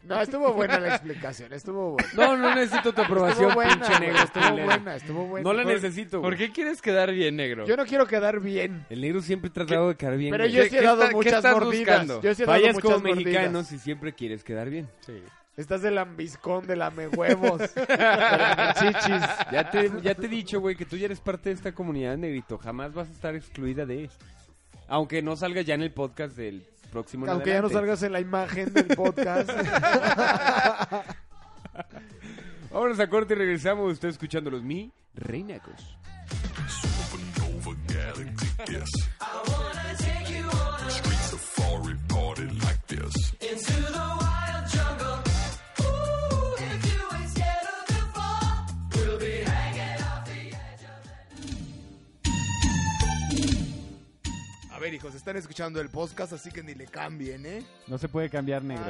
Speaker 2: No, estuvo buena la explicación, estuvo buena.
Speaker 1: No, no necesito tu aprobación,
Speaker 2: Estuvo buena,
Speaker 1: pinche
Speaker 2: güey,
Speaker 1: negro.
Speaker 2: Estuvo
Speaker 1: culero.
Speaker 2: buena, estuvo buena.
Speaker 1: No la
Speaker 2: Por-
Speaker 1: necesito.
Speaker 5: ¿Por qué quieres quedar bien, negro?
Speaker 2: Yo no quiero quedar bien.
Speaker 1: El negro siempre ha tratado de quedar bien.
Speaker 2: Pero
Speaker 1: güey.
Speaker 2: yo sí he
Speaker 5: qué
Speaker 2: dado
Speaker 5: está- qué
Speaker 2: muchas
Speaker 5: estás
Speaker 2: mordidas.
Speaker 5: buscando?
Speaker 2: Yo sí he dado
Speaker 1: Fallas
Speaker 2: muchas
Speaker 1: como
Speaker 2: mordidas.
Speaker 1: mexicano si siempre quieres quedar bien.
Speaker 5: Sí.
Speaker 2: Estás del ambiscón, del amehuevos, del amechichis.
Speaker 1: Ya te, ya te he dicho, güey, que tú ya eres parte de esta comunidad, negrito. Jamás vas a estar excluida de esto. Aunque no salgas ya en el podcast del próximo. en
Speaker 2: Aunque ya no
Speaker 1: adelante.
Speaker 2: salgas en la imagen del podcast.
Speaker 1: Vámonos a corte y regresamos. Usted escuchando los mi reinacos.
Speaker 4: Supernova Galactic Disc.
Speaker 6: I wanna take you on a
Speaker 4: Streets of far parted like this.
Speaker 6: Into the wild jungle. Ooh, if you ain't scared of the fall, we'll be hanging off the edge of
Speaker 16: A ver, hijos, están escuchando el podcast, así que ni le cambien, ¿eh?
Speaker 12: No se puede cambiar negro.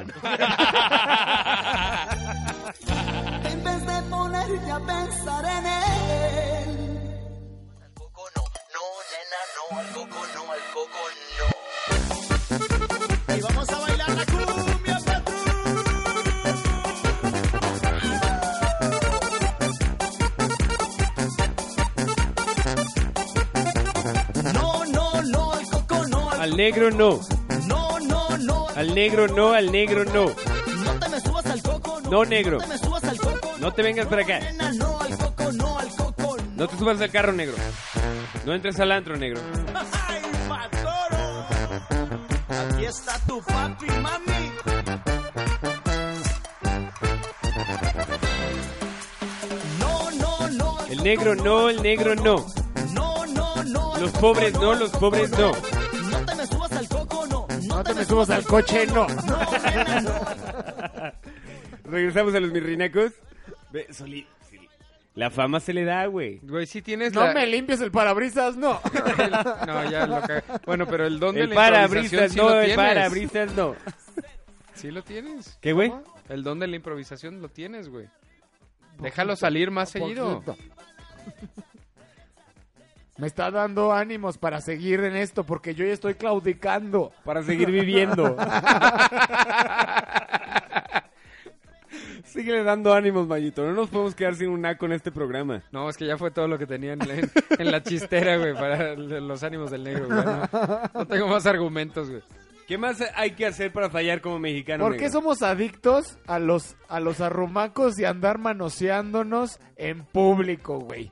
Speaker 6: En vez de ponerte a pensar en él.
Speaker 16: Y vamos a bailar la cumbia
Speaker 6: No, no, no, al coco no, al
Speaker 1: Al negro no.
Speaker 6: no, no, no,
Speaker 1: Al negro no, al negro no.
Speaker 6: no te me subas al coco, no,
Speaker 1: No, negro.
Speaker 6: no te me subas al coco,
Speaker 1: No te vengas para acá.
Speaker 6: nena, no, al coco no, al coco no.
Speaker 1: No te subas al carro, negro. No entres al antro, negro.
Speaker 6: ¡Ay, Matoro! Aquí está tu papi, mami. No, no, no,
Speaker 1: El negro no, el negro no.
Speaker 6: no, no, no. al
Speaker 1: Los
Speaker 6: coco
Speaker 1: pobres
Speaker 6: no,
Speaker 1: no,
Speaker 6: al
Speaker 1: los
Speaker 6: coco
Speaker 1: pobres no.
Speaker 6: No te me subas al coco, no.
Speaker 2: No te me subas al coche, no.
Speaker 1: Regresamos a los mirrinacos. Ve, Soli- Soli. La fama se le da, güey.
Speaker 5: Güey, sí tienes
Speaker 2: No
Speaker 5: la-
Speaker 2: me limpies el parabrisas, no.
Speaker 5: No, ya lo cagué. Bueno, pero el don de
Speaker 1: El
Speaker 5: la
Speaker 1: parabrisas
Speaker 5: improvisación sí
Speaker 1: no,
Speaker 5: lo
Speaker 1: el
Speaker 5: tienes.
Speaker 1: parabrisas no.
Speaker 5: Sí lo tienes.
Speaker 1: ¿Qué, güey?
Speaker 5: El don de la improvisación lo tienes, güey. Déjalo salir más seguido.
Speaker 2: Poquito. Me está dando ánimos para seguir en esto porque yo ya estoy claudicando.
Speaker 1: Para seguir viviendo. Síguele dando ánimos, Mayito. No nos podemos quedar sin un naco en este programa.
Speaker 5: No, es que ya fue todo lo que tenía en la, en la chistera, güey, para l- los ánimos del negro, güey. No, no tengo más argumentos, güey.
Speaker 1: ¿Qué más hay que hacer para fallar como mexicano?
Speaker 2: ¿Por qué
Speaker 1: negro?
Speaker 2: somos adictos a los, a los arrumacos y andar manoseándonos en público, güey?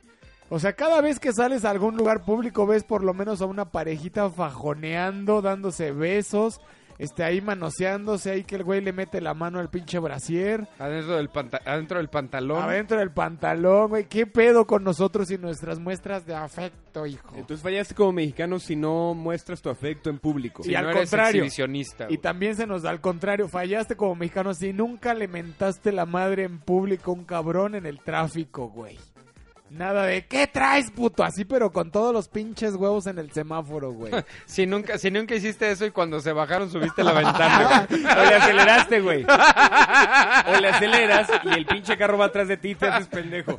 Speaker 2: O sea, cada vez que sales a algún lugar público ves por lo menos a una parejita fajoneando, dándose besos, este, ahí manoseándose, ahí que el güey le mete la mano al pinche brasier.
Speaker 5: Adentro del, panta- adentro del pantalón.
Speaker 2: Adentro del pantalón, güey. ¿Qué pedo con nosotros y nuestras muestras de afecto, hijo?
Speaker 1: Entonces fallaste como mexicano si no muestras tu afecto en público.
Speaker 2: y al contrario. y también se nos da al contrario. Fallaste como mexicano si nunca le mentaste la madre en público a un cabrón en el tráfico, güey. Nada de ¿qué traes, puto? Así, pero con todos los pinches huevos en el semáforo, güey.
Speaker 5: Si nunca, si nunca hiciste eso y cuando se bajaron subiste la ventana. güey.
Speaker 1: O le aceleraste, güey. O le aceleras y el pinche carro va atrás de ti y te haces pendejo.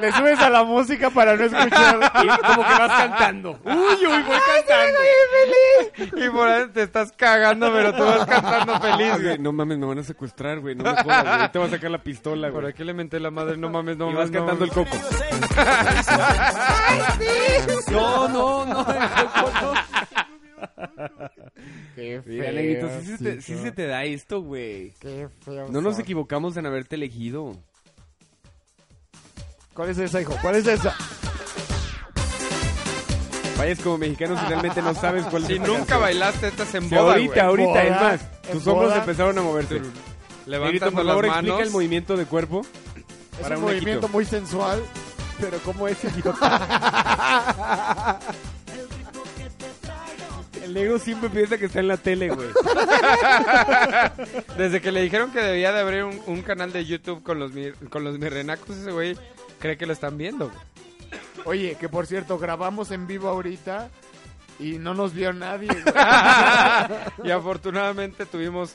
Speaker 2: Le subes a la música para no escuchar.
Speaker 1: Y como que vas cantando. Uy, uy, voy cantando.
Speaker 5: Y por ahí te estás cagando, pero tú vas cantando feliz,
Speaker 1: Ah,
Speaker 5: güey.
Speaker 1: güey, No mames, me van a secuestrar, güey. No me jodas, güey. Ahorita va a sacar la pistola, güey.
Speaker 5: ¿Por qué le menté la madre? No mames, no
Speaker 1: Y
Speaker 5: mames.
Speaker 1: vas
Speaker 5: no
Speaker 1: cantando el
Speaker 5: mames.
Speaker 1: coco. No, no, no.
Speaker 2: Qué
Speaker 1: Mira, negrito, sí, se te- sí se te da esto, güey.
Speaker 2: Qué feo.
Speaker 1: No nos
Speaker 2: son.
Speaker 1: equivocamos en haberte elegido.
Speaker 2: ¿Cuál es esa, hijo? ¿Cuál es esa?
Speaker 1: Vayas como mexicano si realmente no sabes cuál es
Speaker 5: Si
Speaker 1: esta
Speaker 5: nunca
Speaker 1: canción.
Speaker 5: bailaste, estás en
Speaker 1: Si
Speaker 5: boda,
Speaker 1: ahorita,
Speaker 5: güey.
Speaker 1: ahorita,
Speaker 2: Boda,
Speaker 1: es más,
Speaker 2: en
Speaker 1: tus hombros
Speaker 2: boda.
Speaker 1: empezaron a moverse. Negrito,
Speaker 5: Levantando
Speaker 1: por
Speaker 5: las
Speaker 1: favor,
Speaker 5: manos.
Speaker 1: explica el movimiento de cuerpo.
Speaker 2: Es
Speaker 1: para
Speaker 2: un,
Speaker 1: un
Speaker 2: movimiento
Speaker 1: equito.
Speaker 2: muy sensual, pero ¿cómo es idiota?
Speaker 1: El negro siempre piensa que está en la tele, güey.
Speaker 5: Desde que le dijeron que debía de abrir un, un canal de YouTube con los, mir- con los mirrenacos, ese güey cree que lo están viendo, güey.
Speaker 2: Oye, que por cierto, grabamos en vivo ahorita y no nos vio nadie. güey.
Speaker 5: y afortunadamente tuvimos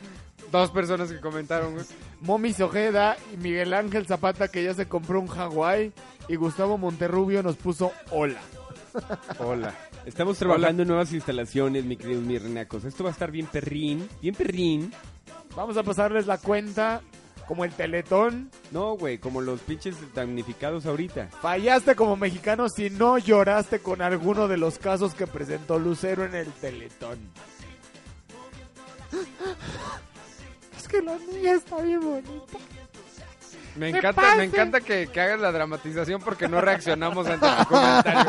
Speaker 5: dos personas que comentaron, güey.
Speaker 2: Momis Ojeda y Miguel Ángel Zapata, que ya se compró un Hawái, y Gustavo Monterrubio nos puso hola.
Speaker 1: Hola. Estamos trabajando en nuevas instalaciones, mi querido Mirrenacos. Esto va a estar bien perrín, bien perrín.
Speaker 2: Vamos a pasarles la cuenta como el teletón.
Speaker 1: No, güey, como los pinches damnificados ahorita.
Speaker 2: Fallaste como mexicano si no lloraste con alguno de los casos que presentó Lucero en el teletón. Es que la niña está bien bonita.
Speaker 5: Me
Speaker 2: ¡Que
Speaker 5: encanta,
Speaker 2: pase!
Speaker 5: me encanta que, que hagas la dramatización porque no reaccionamos ante tu comentario.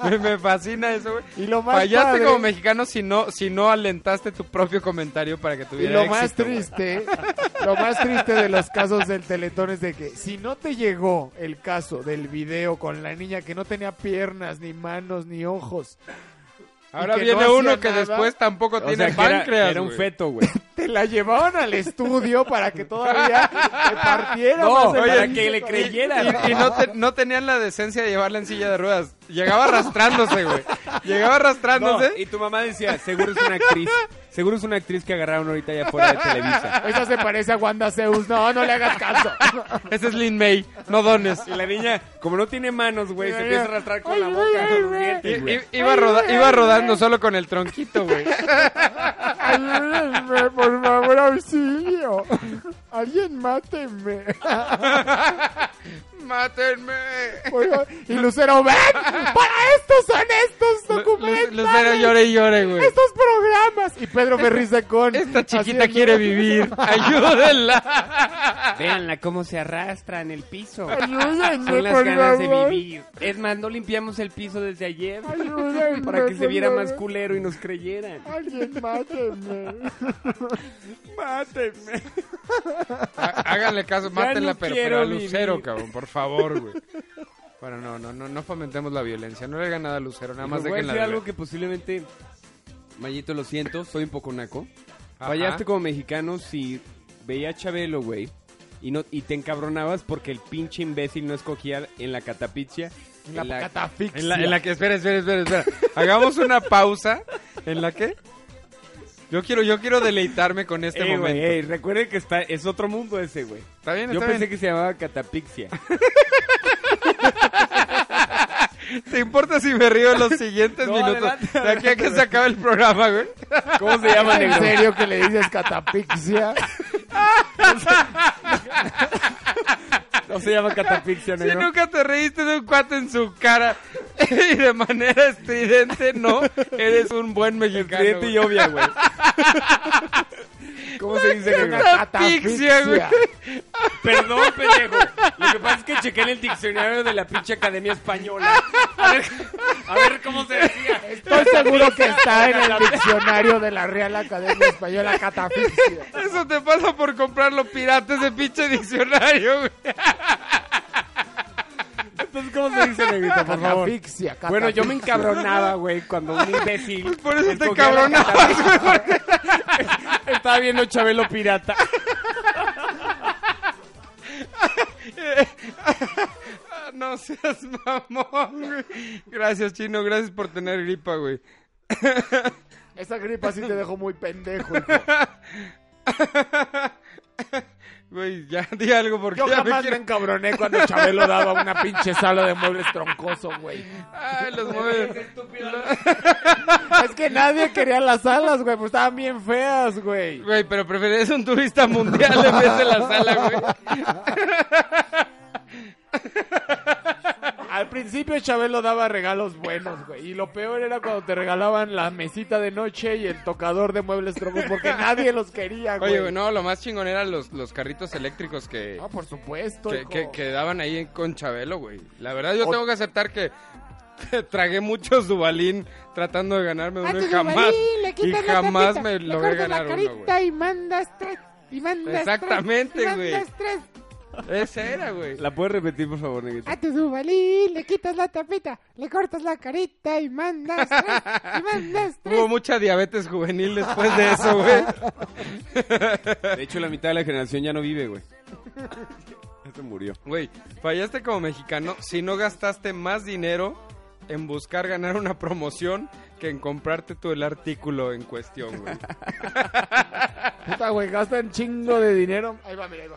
Speaker 5: güey. Me, me fascina eso, güey.
Speaker 2: Y lo más
Speaker 5: Fallaste
Speaker 2: padre-
Speaker 5: como mexicano si no, si no alentaste tu propio comentario para que
Speaker 2: Y
Speaker 5: tuviera
Speaker 2: lo más
Speaker 5: éxito, güey.
Speaker 2: triste, lo más triste de los casos del Teletón es de que si no te llegó el caso del video con la niña que no tenía piernas, ni manos, ni ojos,
Speaker 5: Ahora
Speaker 2: y que
Speaker 5: viene
Speaker 2: no
Speaker 5: uno
Speaker 2: hacía
Speaker 5: que
Speaker 2: nada.
Speaker 5: después tampoco
Speaker 1: O
Speaker 5: tiene
Speaker 1: sea, que era-
Speaker 5: páncreas,
Speaker 1: era, un
Speaker 5: güey.
Speaker 1: feto, güey.
Speaker 2: te la llevaron al estudio para que todavía te partiera
Speaker 1: No,
Speaker 2: más el
Speaker 1: oye,
Speaker 2: brazo.
Speaker 1: que le creyeran.
Speaker 5: Y, y no, te- no tenían la decencia de llevarla en silla de ruedas. Llegaba arrastrándose, güey. Llegaba
Speaker 1: No,
Speaker 5: arrastrándose.
Speaker 1: y tu mamá decía, seguro es una actriz. Seguro es una actriz que agarraron ahorita allá fuera de Televisa.
Speaker 2: Esa se parece a Wanda Zeus. No, no le hagas caso.
Speaker 5: Ese es Lin May, no dones.
Speaker 1: Y la niña, como no tiene manos, güey, se
Speaker 2: Ay,
Speaker 1: empieza a
Speaker 2: ay,
Speaker 1: arrastrar con
Speaker 2: ay,
Speaker 1: la boca,
Speaker 2: ay,
Speaker 1: con los
Speaker 2: ay,
Speaker 5: I-
Speaker 1: dientes, güey.
Speaker 5: i- iba, roda- iba rodando solo con el tronquito, güey.
Speaker 2: Ayúdenme, por favor, auxilio. Alguien máteme.
Speaker 5: ¡Mátenme!
Speaker 2: Por favor. Y Lucero, ven. Para esto son estos documentos.
Speaker 5: Lu- Lucero llore y llore, güey.
Speaker 2: Estos programas. Y Pedro Ferriza con.
Speaker 5: Esta chiquita
Speaker 2: haciendo-
Speaker 5: quiere vivir. Ayúdenla.
Speaker 1: Véanla cómo se arrastra en el piso.
Speaker 2: Ayúdenme,
Speaker 1: Son las
Speaker 2: por
Speaker 1: ganas de
Speaker 2: favor.
Speaker 1: vivir. Es más, no limpiamos el piso desde ayer.
Speaker 2: Ayúdenme,
Speaker 1: Para que se
Speaker 2: por
Speaker 1: viera
Speaker 2: favor.
Speaker 1: más culero y nos creyeran.
Speaker 2: Alguien máteme.
Speaker 1: Mátenme.
Speaker 5: Há- Háganle caso, mátenla,
Speaker 1: no
Speaker 5: pero,
Speaker 1: quiero
Speaker 5: pero a Lucero,
Speaker 1: vivir.
Speaker 5: cabrón, por favor, güey. Bueno, no, no, no, no fomentemos la violencia. No le hagan nada a Lucero, nada más
Speaker 1: Les voy a
Speaker 5: déjenla
Speaker 1: decir algo
Speaker 5: vivir.
Speaker 1: que posiblemente... Mayito, lo siento, soy un poco naco.
Speaker 5: Ajá.
Speaker 1: Fallaste como mexicano si veía a Chabelo, güey. Y, no, y te encabronabas porque el pinche imbécil no escogía en la catapixia.
Speaker 2: La,
Speaker 1: en la-
Speaker 2: catafixia.
Speaker 5: En la, en la que, espera, espera, espera, espera. Hagamos una pausa. ¿En la que? Yo quiero, yo quiero deleitarme con este
Speaker 1: Ey, güey,
Speaker 5: momento.
Speaker 1: ey, recuerden que está, es otro mundo ese, güey.
Speaker 5: Está bien,
Speaker 1: Yo
Speaker 5: está
Speaker 1: pensé
Speaker 5: bien.
Speaker 1: que se llamaba catapixia.
Speaker 5: ¿Te importa si me río en los siguientes
Speaker 1: No,
Speaker 5: minutos?
Speaker 1: adelante,
Speaker 5: de aquí a que se acabe el programa, güey.
Speaker 1: ¿Cómo se llama,
Speaker 2: ¿En
Speaker 1: negro?
Speaker 2: serio que le dices catapixia?
Speaker 1: No se llama catapixia,
Speaker 5: Si
Speaker 1: negro.
Speaker 5: nunca te reíste de un cuate en su cara y de manera estridente, no, eres un buen mexicano.
Speaker 1: Evidente y
Speaker 5: güey.
Speaker 1: obvia, güey. ¿Cómo se dice, negro?
Speaker 5: Catafixia, güey.
Speaker 1: Perdón, pendejo. Lo que pasa es que chequé en el diccionario de la pinche Academia Española. A ver, a ver cómo se decía.
Speaker 2: Estoy seguro que está en el diccionario de la Real Academia Española catafixia.
Speaker 5: Eso te pasa por comprar los piratas de pinche diccionario, güey.
Speaker 1: Entonces, ¿cómo se dice, negrita, por favor?
Speaker 2: Catafixia, catafixia.
Speaker 1: Bueno, yo me encabronaba, güey, cuando un imbécil...
Speaker 5: Pues por eso te
Speaker 1: escogía la
Speaker 5: encabronabas,
Speaker 1: catafixia. Estaba viendo Chabelo Pirata.
Speaker 5: Ah, No seas mamón, güey. Gracias, Chino. Gracias por tener gripa, güey.
Speaker 2: Esa gripa sí te dejó muy pendejo. hijo.
Speaker 5: Güey, ya di algo porque
Speaker 2: Yo
Speaker 5: ya
Speaker 2: jamás me
Speaker 5: quiero-
Speaker 2: encabroné cuando Chabelo daba una pinche sala de muebles troncoso, güey.
Speaker 5: Ay, los muebles.
Speaker 2: Es que nadie quería las salas, güey, pues estaban bien feas, güey.
Speaker 5: Güey, pero preferirías un turista mundial en vez de la sala, güey.
Speaker 2: Al principio Chabelo daba regalos buenos, güey. Y lo peor era cuando te regalaban la mesita de noche y el tocador de muebles troncos porque nadie los quería, güey.
Speaker 5: Oye, güey, no, lo más chingón eran los, los carritos eléctricos que,
Speaker 2: Ah, por supuesto,
Speaker 5: que,
Speaker 2: hijo.
Speaker 5: que- que daban ahí en- con Chabelo, güey. La verdad, yo
Speaker 2: O-
Speaker 5: tengo que aceptar que tragué muchos Dubalín tratando de ganarme uno y
Speaker 14: tu
Speaker 5: jamás,
Speaker 14: Dubalín, le
Speaker 5: y
Speaker 14: quitas la
Speaker 5: jamás
Speaker 14: tapita,
Speaker 5: me
Speaker 14: le
Speaker 5: logré
Speaker 14: cortas la
Speaker 5: ganar uno, güey.
Speaker 14: carita y mandas tres. Y mandas
Speaker 5: Exactamente,
Speaker 14: tres, y
Speaker 5: güey.
Speaker 14: mandas tres.
Speaker 5: Ese era, güey.
Speaker 1: ¿La puedes repetir, por favor, negrita?
Speaker 14: A tu Dubalín le quitas la tapita, le cortas la carita y mandas tres. Y mandas tres.
Speaker 5: Hubo mucha diabetes juvenil después de eso, güey.
Speaker 1: De hecho, la mitad de la generación ya no vive, güey. Este murió.
Speaker 5: Güey, fallaste como mexicano si no gastaste más dinero en buscar ganar una promoción que en comprarte tú el artículo en cuestión, güey.
Speaker 2: Puta, güey, gastan chingo de dinero. Ahí va, mira, ahí va.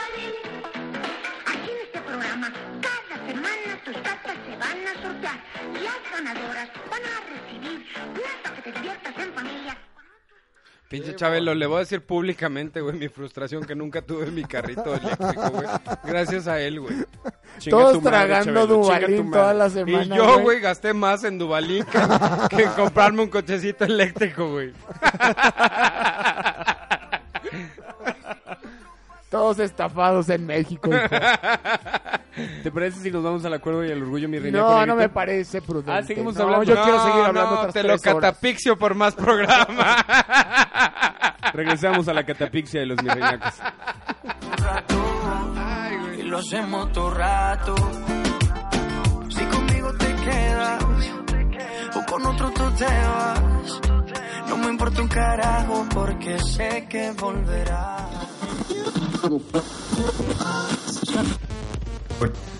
Speaker 12: Aquí en este programa, cada semana tus cartas se van a sortear. Las ganadoras van a recibir plata que te diviertas en familia.
Speaker 5: Pinche Chabelo, le voy a decir públicamente, güey, mi frustración que nunca tuve mi carrito eléctrico, güey. Gracias a él, güey.
Speaker 2: Chinga Todos tu madre, tragando Chabelo, chinga Duvalín tu madre. toda la semana,
Speaker 5: Y yo,
Speaker 2: güey.
Speaker 5: güey, gasté más en Duvalín que, que en comprarme un cochecito eléctrico, güey.
Speaker 2: Todos estafados en México, hijo.
Speaker 1: ¿Te parece si nos vamos al acuerdo y al orgullo, mi reina?
Speaker 2: No,
Speaker 1: con
Speaker 2: no
Speaker 1: negrita?
Speaker 2: me parece prudente.
Speaker 1: Ah, seguimos
Speaker 2: No,
Speaker 1: hablando.
Speaker 2: Yo quiero seguir
Speaker 5: No,
Speaker 2: hablando
Speaker 5: no,
Speaker 2: otras
Speaker 5: te lo
Speaker 2: tres horas.
Speaker 5: catapixio por más programa.
Speaker 1: Regresamos a la catapixia de los mirrenacos.
Speaker 6: Y lo hacemos todo rato. Si conmigo te quedas o con otro tú te vas, no me importa un carajo porque sé que volverás.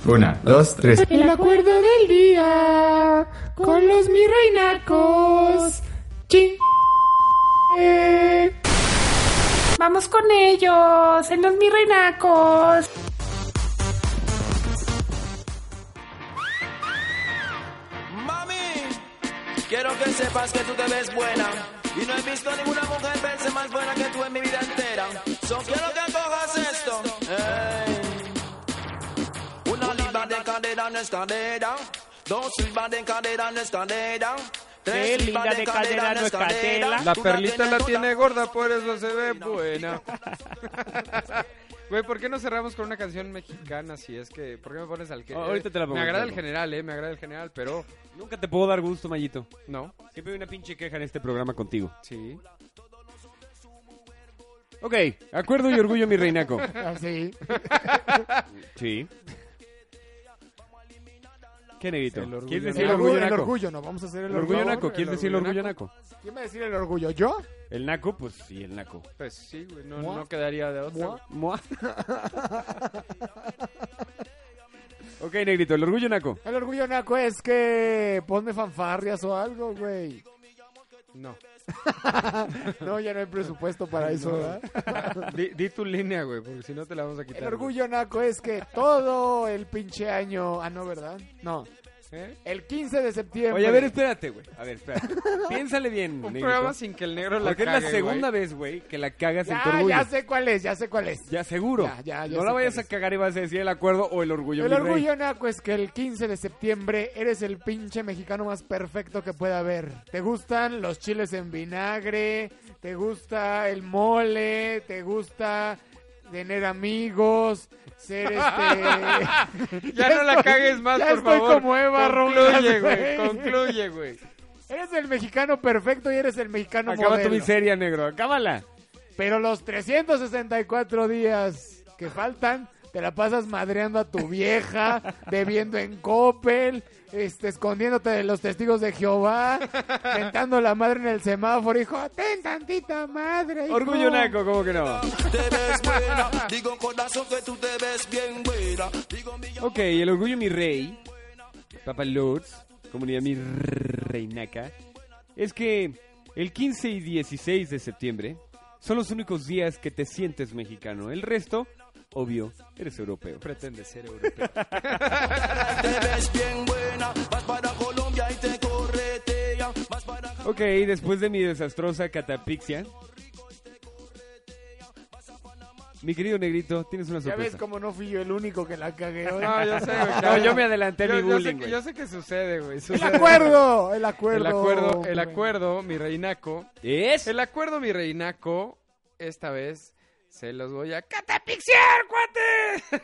Speaker 17: Una, dos, tres.
Speaker 14: El acuerdo del día con los mi reinacos. Ching. eh. Vamos con ellos en los mi reinacos.
Speaker 6: Mami, quiero que sepas que tú te ves buena. Y no he visto ninguna mujer verse más buena que tú en mi vida entera. So quiero que cojas esto. Ey. Una libra de cadera no es cadera. Dos libras de cadera no es cadera.
Speaker 5: Qué
Speaker 6: Tres
Speaker 5: linda
Speaker 6: libras de
Speaker 5: de
Speaker 6: cadera no es cadera.
Speaker 5: La
Speaker 6: Tú la
Speaker 5: perlita
Speaker 6: tienes
Speaker 5: la
Speaker 6: toda.
Speaker 5: tiene gorda, por eso se ve buena. Güey, ¿por qué no cerramos con una canción mexicana si es que... ¿Por qué me pones al que-
Speaker 1: Ah, ahorita te la pongo,
Speaker 5: Me agrada
Speaker 1: te la
Speaker 5: el
Speaker 1: pongo.
Speaker 5: general, eh, me agrada el general, pero...
Speaker 1: Nunca te puedo dar gusto, Mayito.
Speaker 5: No.
Speaker 1: Siempre hay una pinche queja en este programa contigo.
Speaker 5: Sí.
Speaker 1: Ok, acuerdo y orgullo, mi reinaco.
Speaker 2: Ah, sí.
Speaker 1: Sí. ¿Qué negrito?
Speaker 2: El orgullo
Speaker 1: ¿Quieres
Speaker 2: naco.
Speaker 1: decir
Speaker 2: El
Speaker 1: el orgullo
Speaker 2: orgullo- el
Speaker 1: naco?
Speaker 2: orgullo, no, vamos a hacer el
Speaker 1: orgullo
Speaker 2: orgullo.
Speaker 1: naco. ¿Quieres
Speaker 2: El
Speaker 1: decir el
Speaker 2: orgullo
Speaker 1: orgullo naco?
Speaker 2: ¿Quién va a decir el orgullo? ¿Yo?
Speaker 1: El naco, pues sí, el naco.
Speaker 5: Pues sí, güey, no,
Speaker 2: Mua.
Speaker 5: no quedaría de otra. güey.
Speaker 1: Mua. Ok, negrito, el orgullo naco.
Speaker 2: El orgullo naco es que ponme fanfarrias o algo, güey.
Speaker 5: No.
Speaker 2: No, ya no hay presupuesto para eso, ¿verdad?
Speaker 5: Di, di tu línea, güey, porque si no te la vamos a quitar.
Speaker 2: El orgullo naco es que todo el pinche año... Ah, no, ¿verdad? No.
Speaker 5: ¿Eh?
Speaker 2: El 15 de septiembre...
Speaker 1: Oye, a ver, este espérate, güey. A ver, espérate. Piénsale bien,
Speaker 5: Un
Speaker 1: negrito.
Speaker 5: programa sin que el negro la
Speaker 1: Porque es la
Speaker 5: cague,
Speaker 1: segunda
Speaker 5: güey.
Speaker 1: vez, güey, que la cagas en tu
Speaker 2: Ya,
Speaker 1: orgullo.
Speaker 2: ya sé cuál es, ya sé cuál es.
Speaker 1: Ya, seguro.
Speaker 2: Ya, ya, ya
Speaker 1: no
Speaker 2: sé
Speaker 1: la vayas
Speaker 2: cuál
Speaker 1: a cagar y vas a decir el acuerdo o el orgullo.
Speaker 2: el
Speaker 1: mi rey.
Speaker 2: orgullo naco es que el 15 de septiembre eres el pinche mexicano más perfecto que pueda haber. Te gustan los chiles en vinagre, te gusta el mole, te gusta tener amigos, ser este...
Speaker 5: Ya no la
Speaker 2: estoy-
Speaker 5: cagues más,
Speaker 2: ya
Speaker 5: por
Speaker 2: estoy
Speaker 5: favor.
Speaker 2: como Eva
Speaker 5: Concluye,
Speaker 2: Robles,
Speaker 5: güey, concluye, güey.
Speaker 2: Eres el mexicano perfecto y eres el mexicano
Speaker 1: Acaba tu
Speaker 2: modelo.
Speaker 1: miseria, negro. Acábala.
Speaker 2: Pero los 364 días que faltan, te la pasas madreando a tu vieja, bebiendo en Coppel, este, escondiéndote de los testigos de Jehová, tentando la madre en el semáforo, hijo. Ten tantita madre. hijo.
Speaker 1: Orgullo naco, ¿cómo que no?
Speaker 18: Te ves buena, digo corazón que tú te ves bien buena. Digo mi
Speaker 1: Ok, el orgullo mi rey, Papa Lords, comunidad mi reinaca, es que el 15 y 16 de septiembre son los únicos días que te sientes mexicano. El resto, obvio, eres europeo.
Speaker 5: Pretende ser europeo.
Speaker 18: te ves bien buena, vas para Colombia y te corretean. Vas para
Speaker 1: Ok, después de mi desastrosa catapixia, mi querido negrito, tienes una
Speaker 2: Ya ves
Speaker 1: sorpresa.
Speaker 2: como no fui yo el único que la cagué.
Speaker 5: No, yo sé, güey.
Speaker 1: No, yo me adelanté
Speaker 5: Yo-
Speaker 1: mi
Speaker 5: yo
Speaker 1: bullying,
Speaker 5: sé que-
Speaker 1: güey.
Speaker 5: Yo sé que sucede, güey.
Speaker 2: El
Speaker 5: sucede.
Speaker 2: acuerdo, el acuerdo.
Speaker 5: El acuerdo, el acuerdo, mi reinaco.
Speaker 1: ¿Es?
Speaker 5: El acuerdo, mi reinaco. Esta vez se los voy a catapixiar, cuate.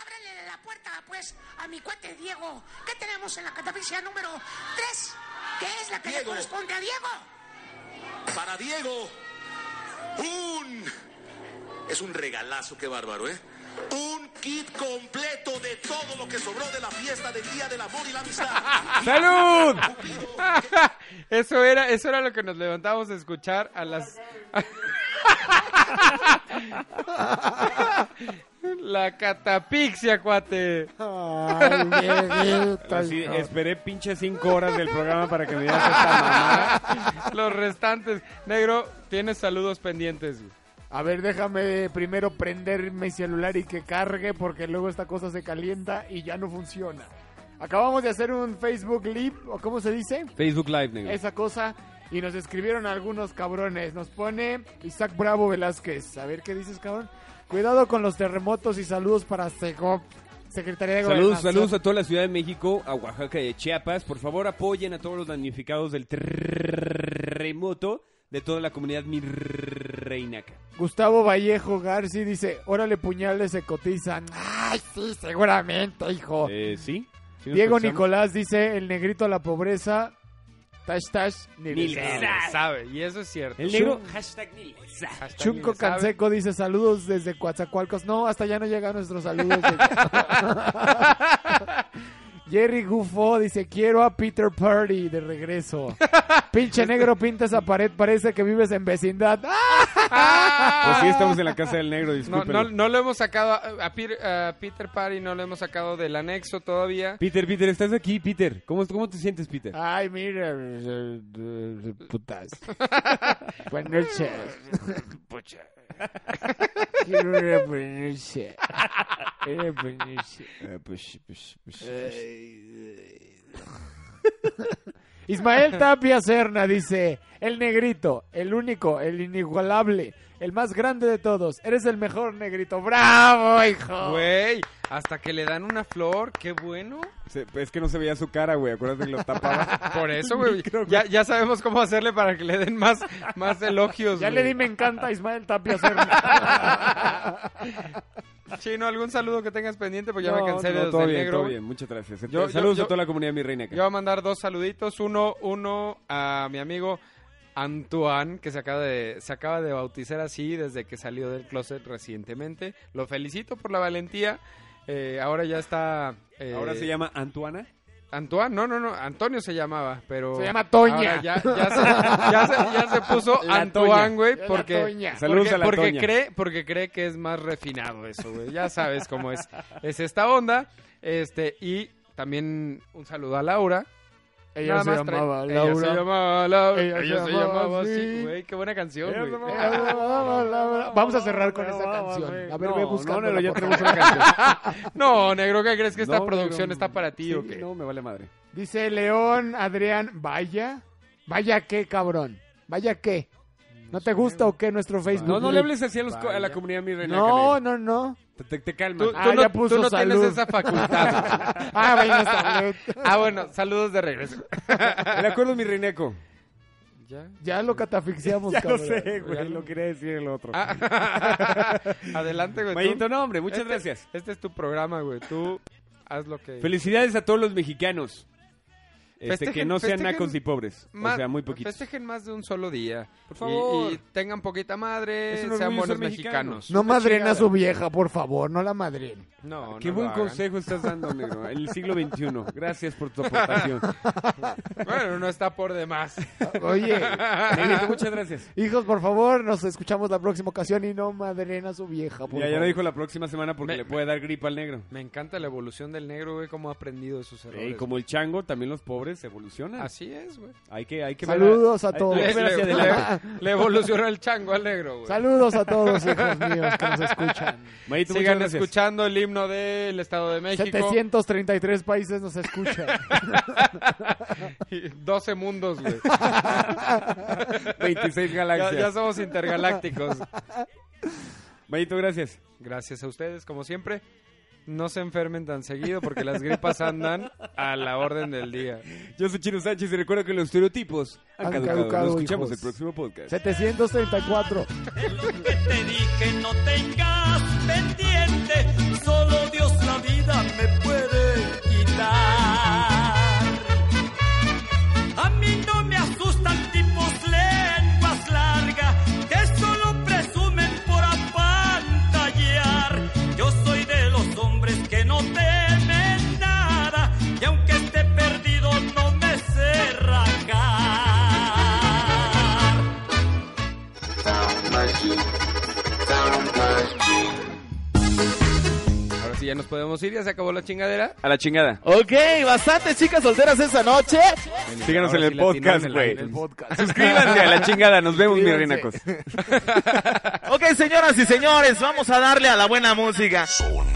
Speaker 12: Ábrele la puerta, pues, a mi cuate Diego. ¿Qué tenemos en la catafixia número 3? ¿Qué es la que le
Speaker 18: Diego.
Speaker 12: corresponde a Diego?
Speaker 18: Para Diego, un. Es un regalazo, qué bárbaro, ¿eh? Un kit completo de todo lo que sobró de la fiesta del Día del Amor y la Amistad.
Speaker 5: ¡Salud! Eso era, eso era lo que nos levantábamos a escuchar a las. La catapixia, cuate.
Speaker 1: Así, esperé pinche cinco horas del programa para que me dieras esta mamada.
Speaker 5: Los restantes. Negro, tienes saludos pendientes. güey.
Speaker 2: A ver, déjame primero prender mi celular y que cargue porque luego esta cosa se calienta y ya no funciona. Acabamos de hacer un Facebook Live, ¿o cómo se dice?
Speaker 1: Facebook Live, negro.
Speaker 2: Esa cosa. Y nos escribieron algunos cabrones. Nos pone Isaac Bravo Velázquez. A ver qué dices, cabrón. Cuidado con los terremotos y saludos para SEGOP, Secretaría de
Speaker 1: Saludos,
Speaker 2: Gobernación.
Speaker 1: saludos a toda la Ciudad de México, a Oaxaca y a Chiapas. Por favor, apoyen a todos los damnificados del terremoto de toda la comunidad mi reinaca.
Speaker 2: Gustavo Vallejo Garci dice: Órale, puñales se cotizan. ¡Ay, sí, seguramente, hijo!
Speaker 1: Eh, ¿sí? ¿Sí nos
Speaker 2: Diego
Speaker 1: escuchamos?
Speaker 2: Nicolás dice, el negrito a la pobreza, tash tash, ni,
Speaker 5: Ni
Speaker 2: le
Speaker 5: le
Speaker 2: sabe.
Speaker 5: sabe. Y eso es cierto.
Speaker 2: El negro,
Speaker 1: hashtag ni le sabe.
Speaker 5: Hashtag ni
Speaker 2: Chunco
Speaker 5: le sabe.
Speaker 2: Canseco dice, saludos desde Coatzacoalcos. No, hasta ya no llegan nuestros saludos. güey. Jerry Gufo dice, quiero a Peter Party de regreso. Pinche negro, pinta esa pared, parece que vives en vecindad. ¡Ah!
Speaker 1: Pues sí, estamos en la casa del negro,
Speaker 5: No,
Speaker 1: disculpen.
Speaker 5: no, no lo hemos sacado a, a Peter, a Peter Parry, no lo hemos sacado del anexo todavía.
Speaker 1: Peter, Peter, estás aquí, Peter. ¿Cómo, cómo te sientes, Peter?
Speaker 2: Ay, mira, eh, eh, putas. Buenas noches.
Speaker 5: Pucha.
Speaker 2: Quiero una buena noche. Una buena noche.
Speaker 1: Eh, pues, pues, pues,
Speaker 5: Eh.
Speaker 2: Ismael Tapia Cerna dice, el negrito, el único, el inigualable, el más grande de todos, eres el mejor negrito, bravo hijo.
Speaker 5: Güey, hasta que le dan una flor, qué bueno.
Speaker 1: Se- pues, Es que no se veía su cara, güey. Acuérdate que lo tapaba.
Speaker 5: Por eso, güey, ya, ya sabemos cómo hacerle para que le den más, más elogios.
Speaker 2: Ya
Speaker 5: güey.
Speaker 2: le di me encanta a Ismael Tapia Cerna.
Speaker 5: Chino, ¿algún saludo que tengas pendiente? Pues ya
Speaker 1: No,
Speaker 5: me cansé de
Speaker 1: no,
Speaker 5: los
Speaker 1: todo
Speaker 5: del
Speaker 1: bien,
Speaker 5: negro.
Speaker 1: todo
Speaker 5: güey.
Speaker 1: bien. Muchas gracias. Eh,
Speaker 5: Yo-
Speaker 1: Saludos
Speaker 5: yo-
Speaker 1: a toda la comunidad mi reinaca.
Speaker 5: Yo voy a mandar dos saluditos. Uno, uno a mi amigo Antoine, que se acaba de, se acaba de bautizar así desde que salió del closet recientemente. Lo felicito por la valentía. Eh, ahora ya está. eh,
Speaker 1: Ahora se llama Antuana.
Speaker 5: Antoine, no, no, no, Antonio se llamaba, pero...
Speaker 2: Se llama Toña.
Speaker 5: Ahora Ya, ya se, ya se- ya se puso
Speaker 2: La
Speaker 5: Antoine,
Speaker 2: Toña.
Speaker 5: güey,
Speaker 2: La
Speaker 5: porque...
Speaker 2: Toña.
Speaker 1: Saludos
Speaker 5: porque,
Speaker 1: a la
Speaker 5: porque
Speaker 1: Toña.
Speaker 5: cree, porque cree que es más refinado eso, güey. Ya sabes cómo es, es esta onda. Este, y también un saludo a Laura.
Speaker 2: Ella
Speaker 5: Nada
Speaker 2: se
Speaker 5: más trae-
Speaker 2: llamaba
Speaker 5: ella
Speaker 2: Laura.
Speaker 5: se llamaba Laura.
Speaker 2: Ella
Speaker 5: Ella,
Speaker 2: se
Speaker 5: se
Speaker 2: llamaba
Speaker 5: llamaba así,
Speaker 2: así.
Speaker 5: güey. Qué buena canción,
Speaker 2: Ella se
Speaker 5: güey.
Speaker 2: Vamos a cerrar con esa canción. A ver,
Speaker 5: No,
Speaker 2: ve
Speaker 5: no,
Speaker 2: buscando.
Speaker 5: negro, ya tenemos
Speaker 2: una
Speaker 5: No, negro, ¿qué crees que esta
Speaker 1: No,
Speaker 5: producción
Speaker 1: negro.
Speaker 5: está para ti
Speaker 1: Sí,
Speaker 5: o qué?
Speaker 1: No, me vale madre.
Speaker 2: Dice León Adrián, vaya, vaya qué cabrón, vaya qué. ¿No te gusta o qué nuestro Facebook?
Speaker 1: No, no
Speaker 2: Live?
Speaker 1: le hables así a, los co- a la comunidad mi reinaca.
Speaker 2: No,
Speaker 1: negro.
Speaker 2: no, no.
Speaker 1: Te, te- te calmas.
Speaker 2: Ah, ya puso
Speaker 5: tú no
Speaker 2: salud.
Speaker 5: tienes esa facultad.
Speaker 2: Ah, bueno, salud.
Speaker 5: ah, bueno, saludos de regreso.
Speaker 1: El acuerdo mi reineco.
Speaker 5: ya.
Speaker 2: Ya lo catafixiamos,
Speaker 1: Ya lo
Speaker 2: cabrón.
Speaker 1: sé, güey. Lo quería decir el otro.
Speaker 5: Adelante, güey. tú.
Speaker 1: Mayito, no, hombre, muchas
Speaker 5: Este-
Speaker 1: gracias.
Speaker 5: Este es tu programa, güey. Tú haz lo que.
Speaker 1: Felicidades a todos los mexicanos. Este,
Speaker 5: Festejen-
Speaker 1: que no sean
Speaker 5: festejen
Speaker 1: nacos ni pobres.
Speaker 5: más-
Speaker 1: o sea, muy poquitos.
Speaker 5: Festejen más de un solo día. Por
Speaker 1: favor.
Speaker 5: Y, tengan poquita madre,
Speaker 1: Es un
Speaker 5: sean
Speaker 1: orgullo
Speaker 5: buenos
Speaker 1: ser
Speaker 5: mexicanos.
Speaker 2: No madrena a su
Speaker 5: Chingada.
Speaker 2: vieja, por favor, no la madrena.
Speaker 5: No,
Speaker 1: Qué
Speaker 5: no lo
Speaker 1: buen
Speaker 5: hagan.
Speaker 1: consejo estás dando, negro. El siglo XXI. Gracias por tu aportación.
Speaker 5: bueno, no está por demás.
Speaker 2: Oye,
Speaker 1: Negrito, muchas gracias.
Speaker 2: Hijos, por favor, nos escuchamos la próxima ocasión y no madrena a su vieja, por
Speaker 1: Ya, ya
Speaker 2: favor.
Speaker 1: lo dijo la próxima semana porque
Speaker 5: Me-
Speaker 1: le puede dar gripa al negro.
Speaker 5: Me encanta la evolución del negro, güey, cómo ha aprendido de sus errores.
Speaker 1: Y como el chango, también los pobres evolucionan.
Speaker 5: Así es, güey.
Speaker 1: Hay que, hay que
Speaker 2: Saludos
Speaker 1: ver
Speaker 2: a todos.
Speaker 1: Hay, que ver hacia
Speaker 5: Le,
Speaker 1: adelante.
Speaker 5: le- le evolucionó el chango al negro, güey.
Speaker 2: Saludos a todos, hijos míos, que nos escuchan.
Speaker 1: Mayito, muchas
Speaker 5: Sigan
Speaker 1: gracias.
Speaker 5: escuchando el himno del Estado de México.
Speaker 2: 733 países nos escuchan.
Speaker 5: 12 mundos, güey.
Speaker 1: 26 galaxias.
Speaker 5: Ya, ya somos intergalácticos.
Speaker 1: Mayito, gracias.
Speaker 5: Gracias a ustedes, como siempre. No se enfermen tan seguido porque las gripas andan a la orden del día.
Speaker 1: Yo soy Chino Sánchez y recuerdo que los estereotipos han,
Speaker 2: Han
Speaker 1: caducado.
Speaker 2: caducado,
Speaker 1: Nos escuchamos
Speaker 2: hijos.
Speaker 1: el próximo podcast.
Speaker 2: 734.
Speaker 6: que te dije no tengas pendiente, solo Dios la vida me puede quitar. A mí no me asustan tipos lenguas largas que solo presumen por apantallar. Yo soy de los hombres que no temen nada y aunque esté perdido no me sé rajar.
Speaker 7: Sound machine. Sound machine.
Speaker 5: Ahora sí ya nos podemos ir, ya se acabó la chingadera.
Speaker 1: A la chingada.
Speaker 3: Ok, bastantes chicas solteras esa noche.
Speaker 1: Síganos en
Speaker 5: Ahora
Speaker 1: el
Speaker 5: sí le
Speaker 1: podcast,
Speaker 5: atinaron el
Speaker 1: güey.
Speaker 5: iTunes.
Speaker 1: Suscríbanse a la chingada. Nos vemos, mi
Speaker 3: Suscríbanse.
Speaker 1: renacos.
Speaker 3: Ok, señoras y señores, vamos a darle a la buena música.
Speaker 4: Son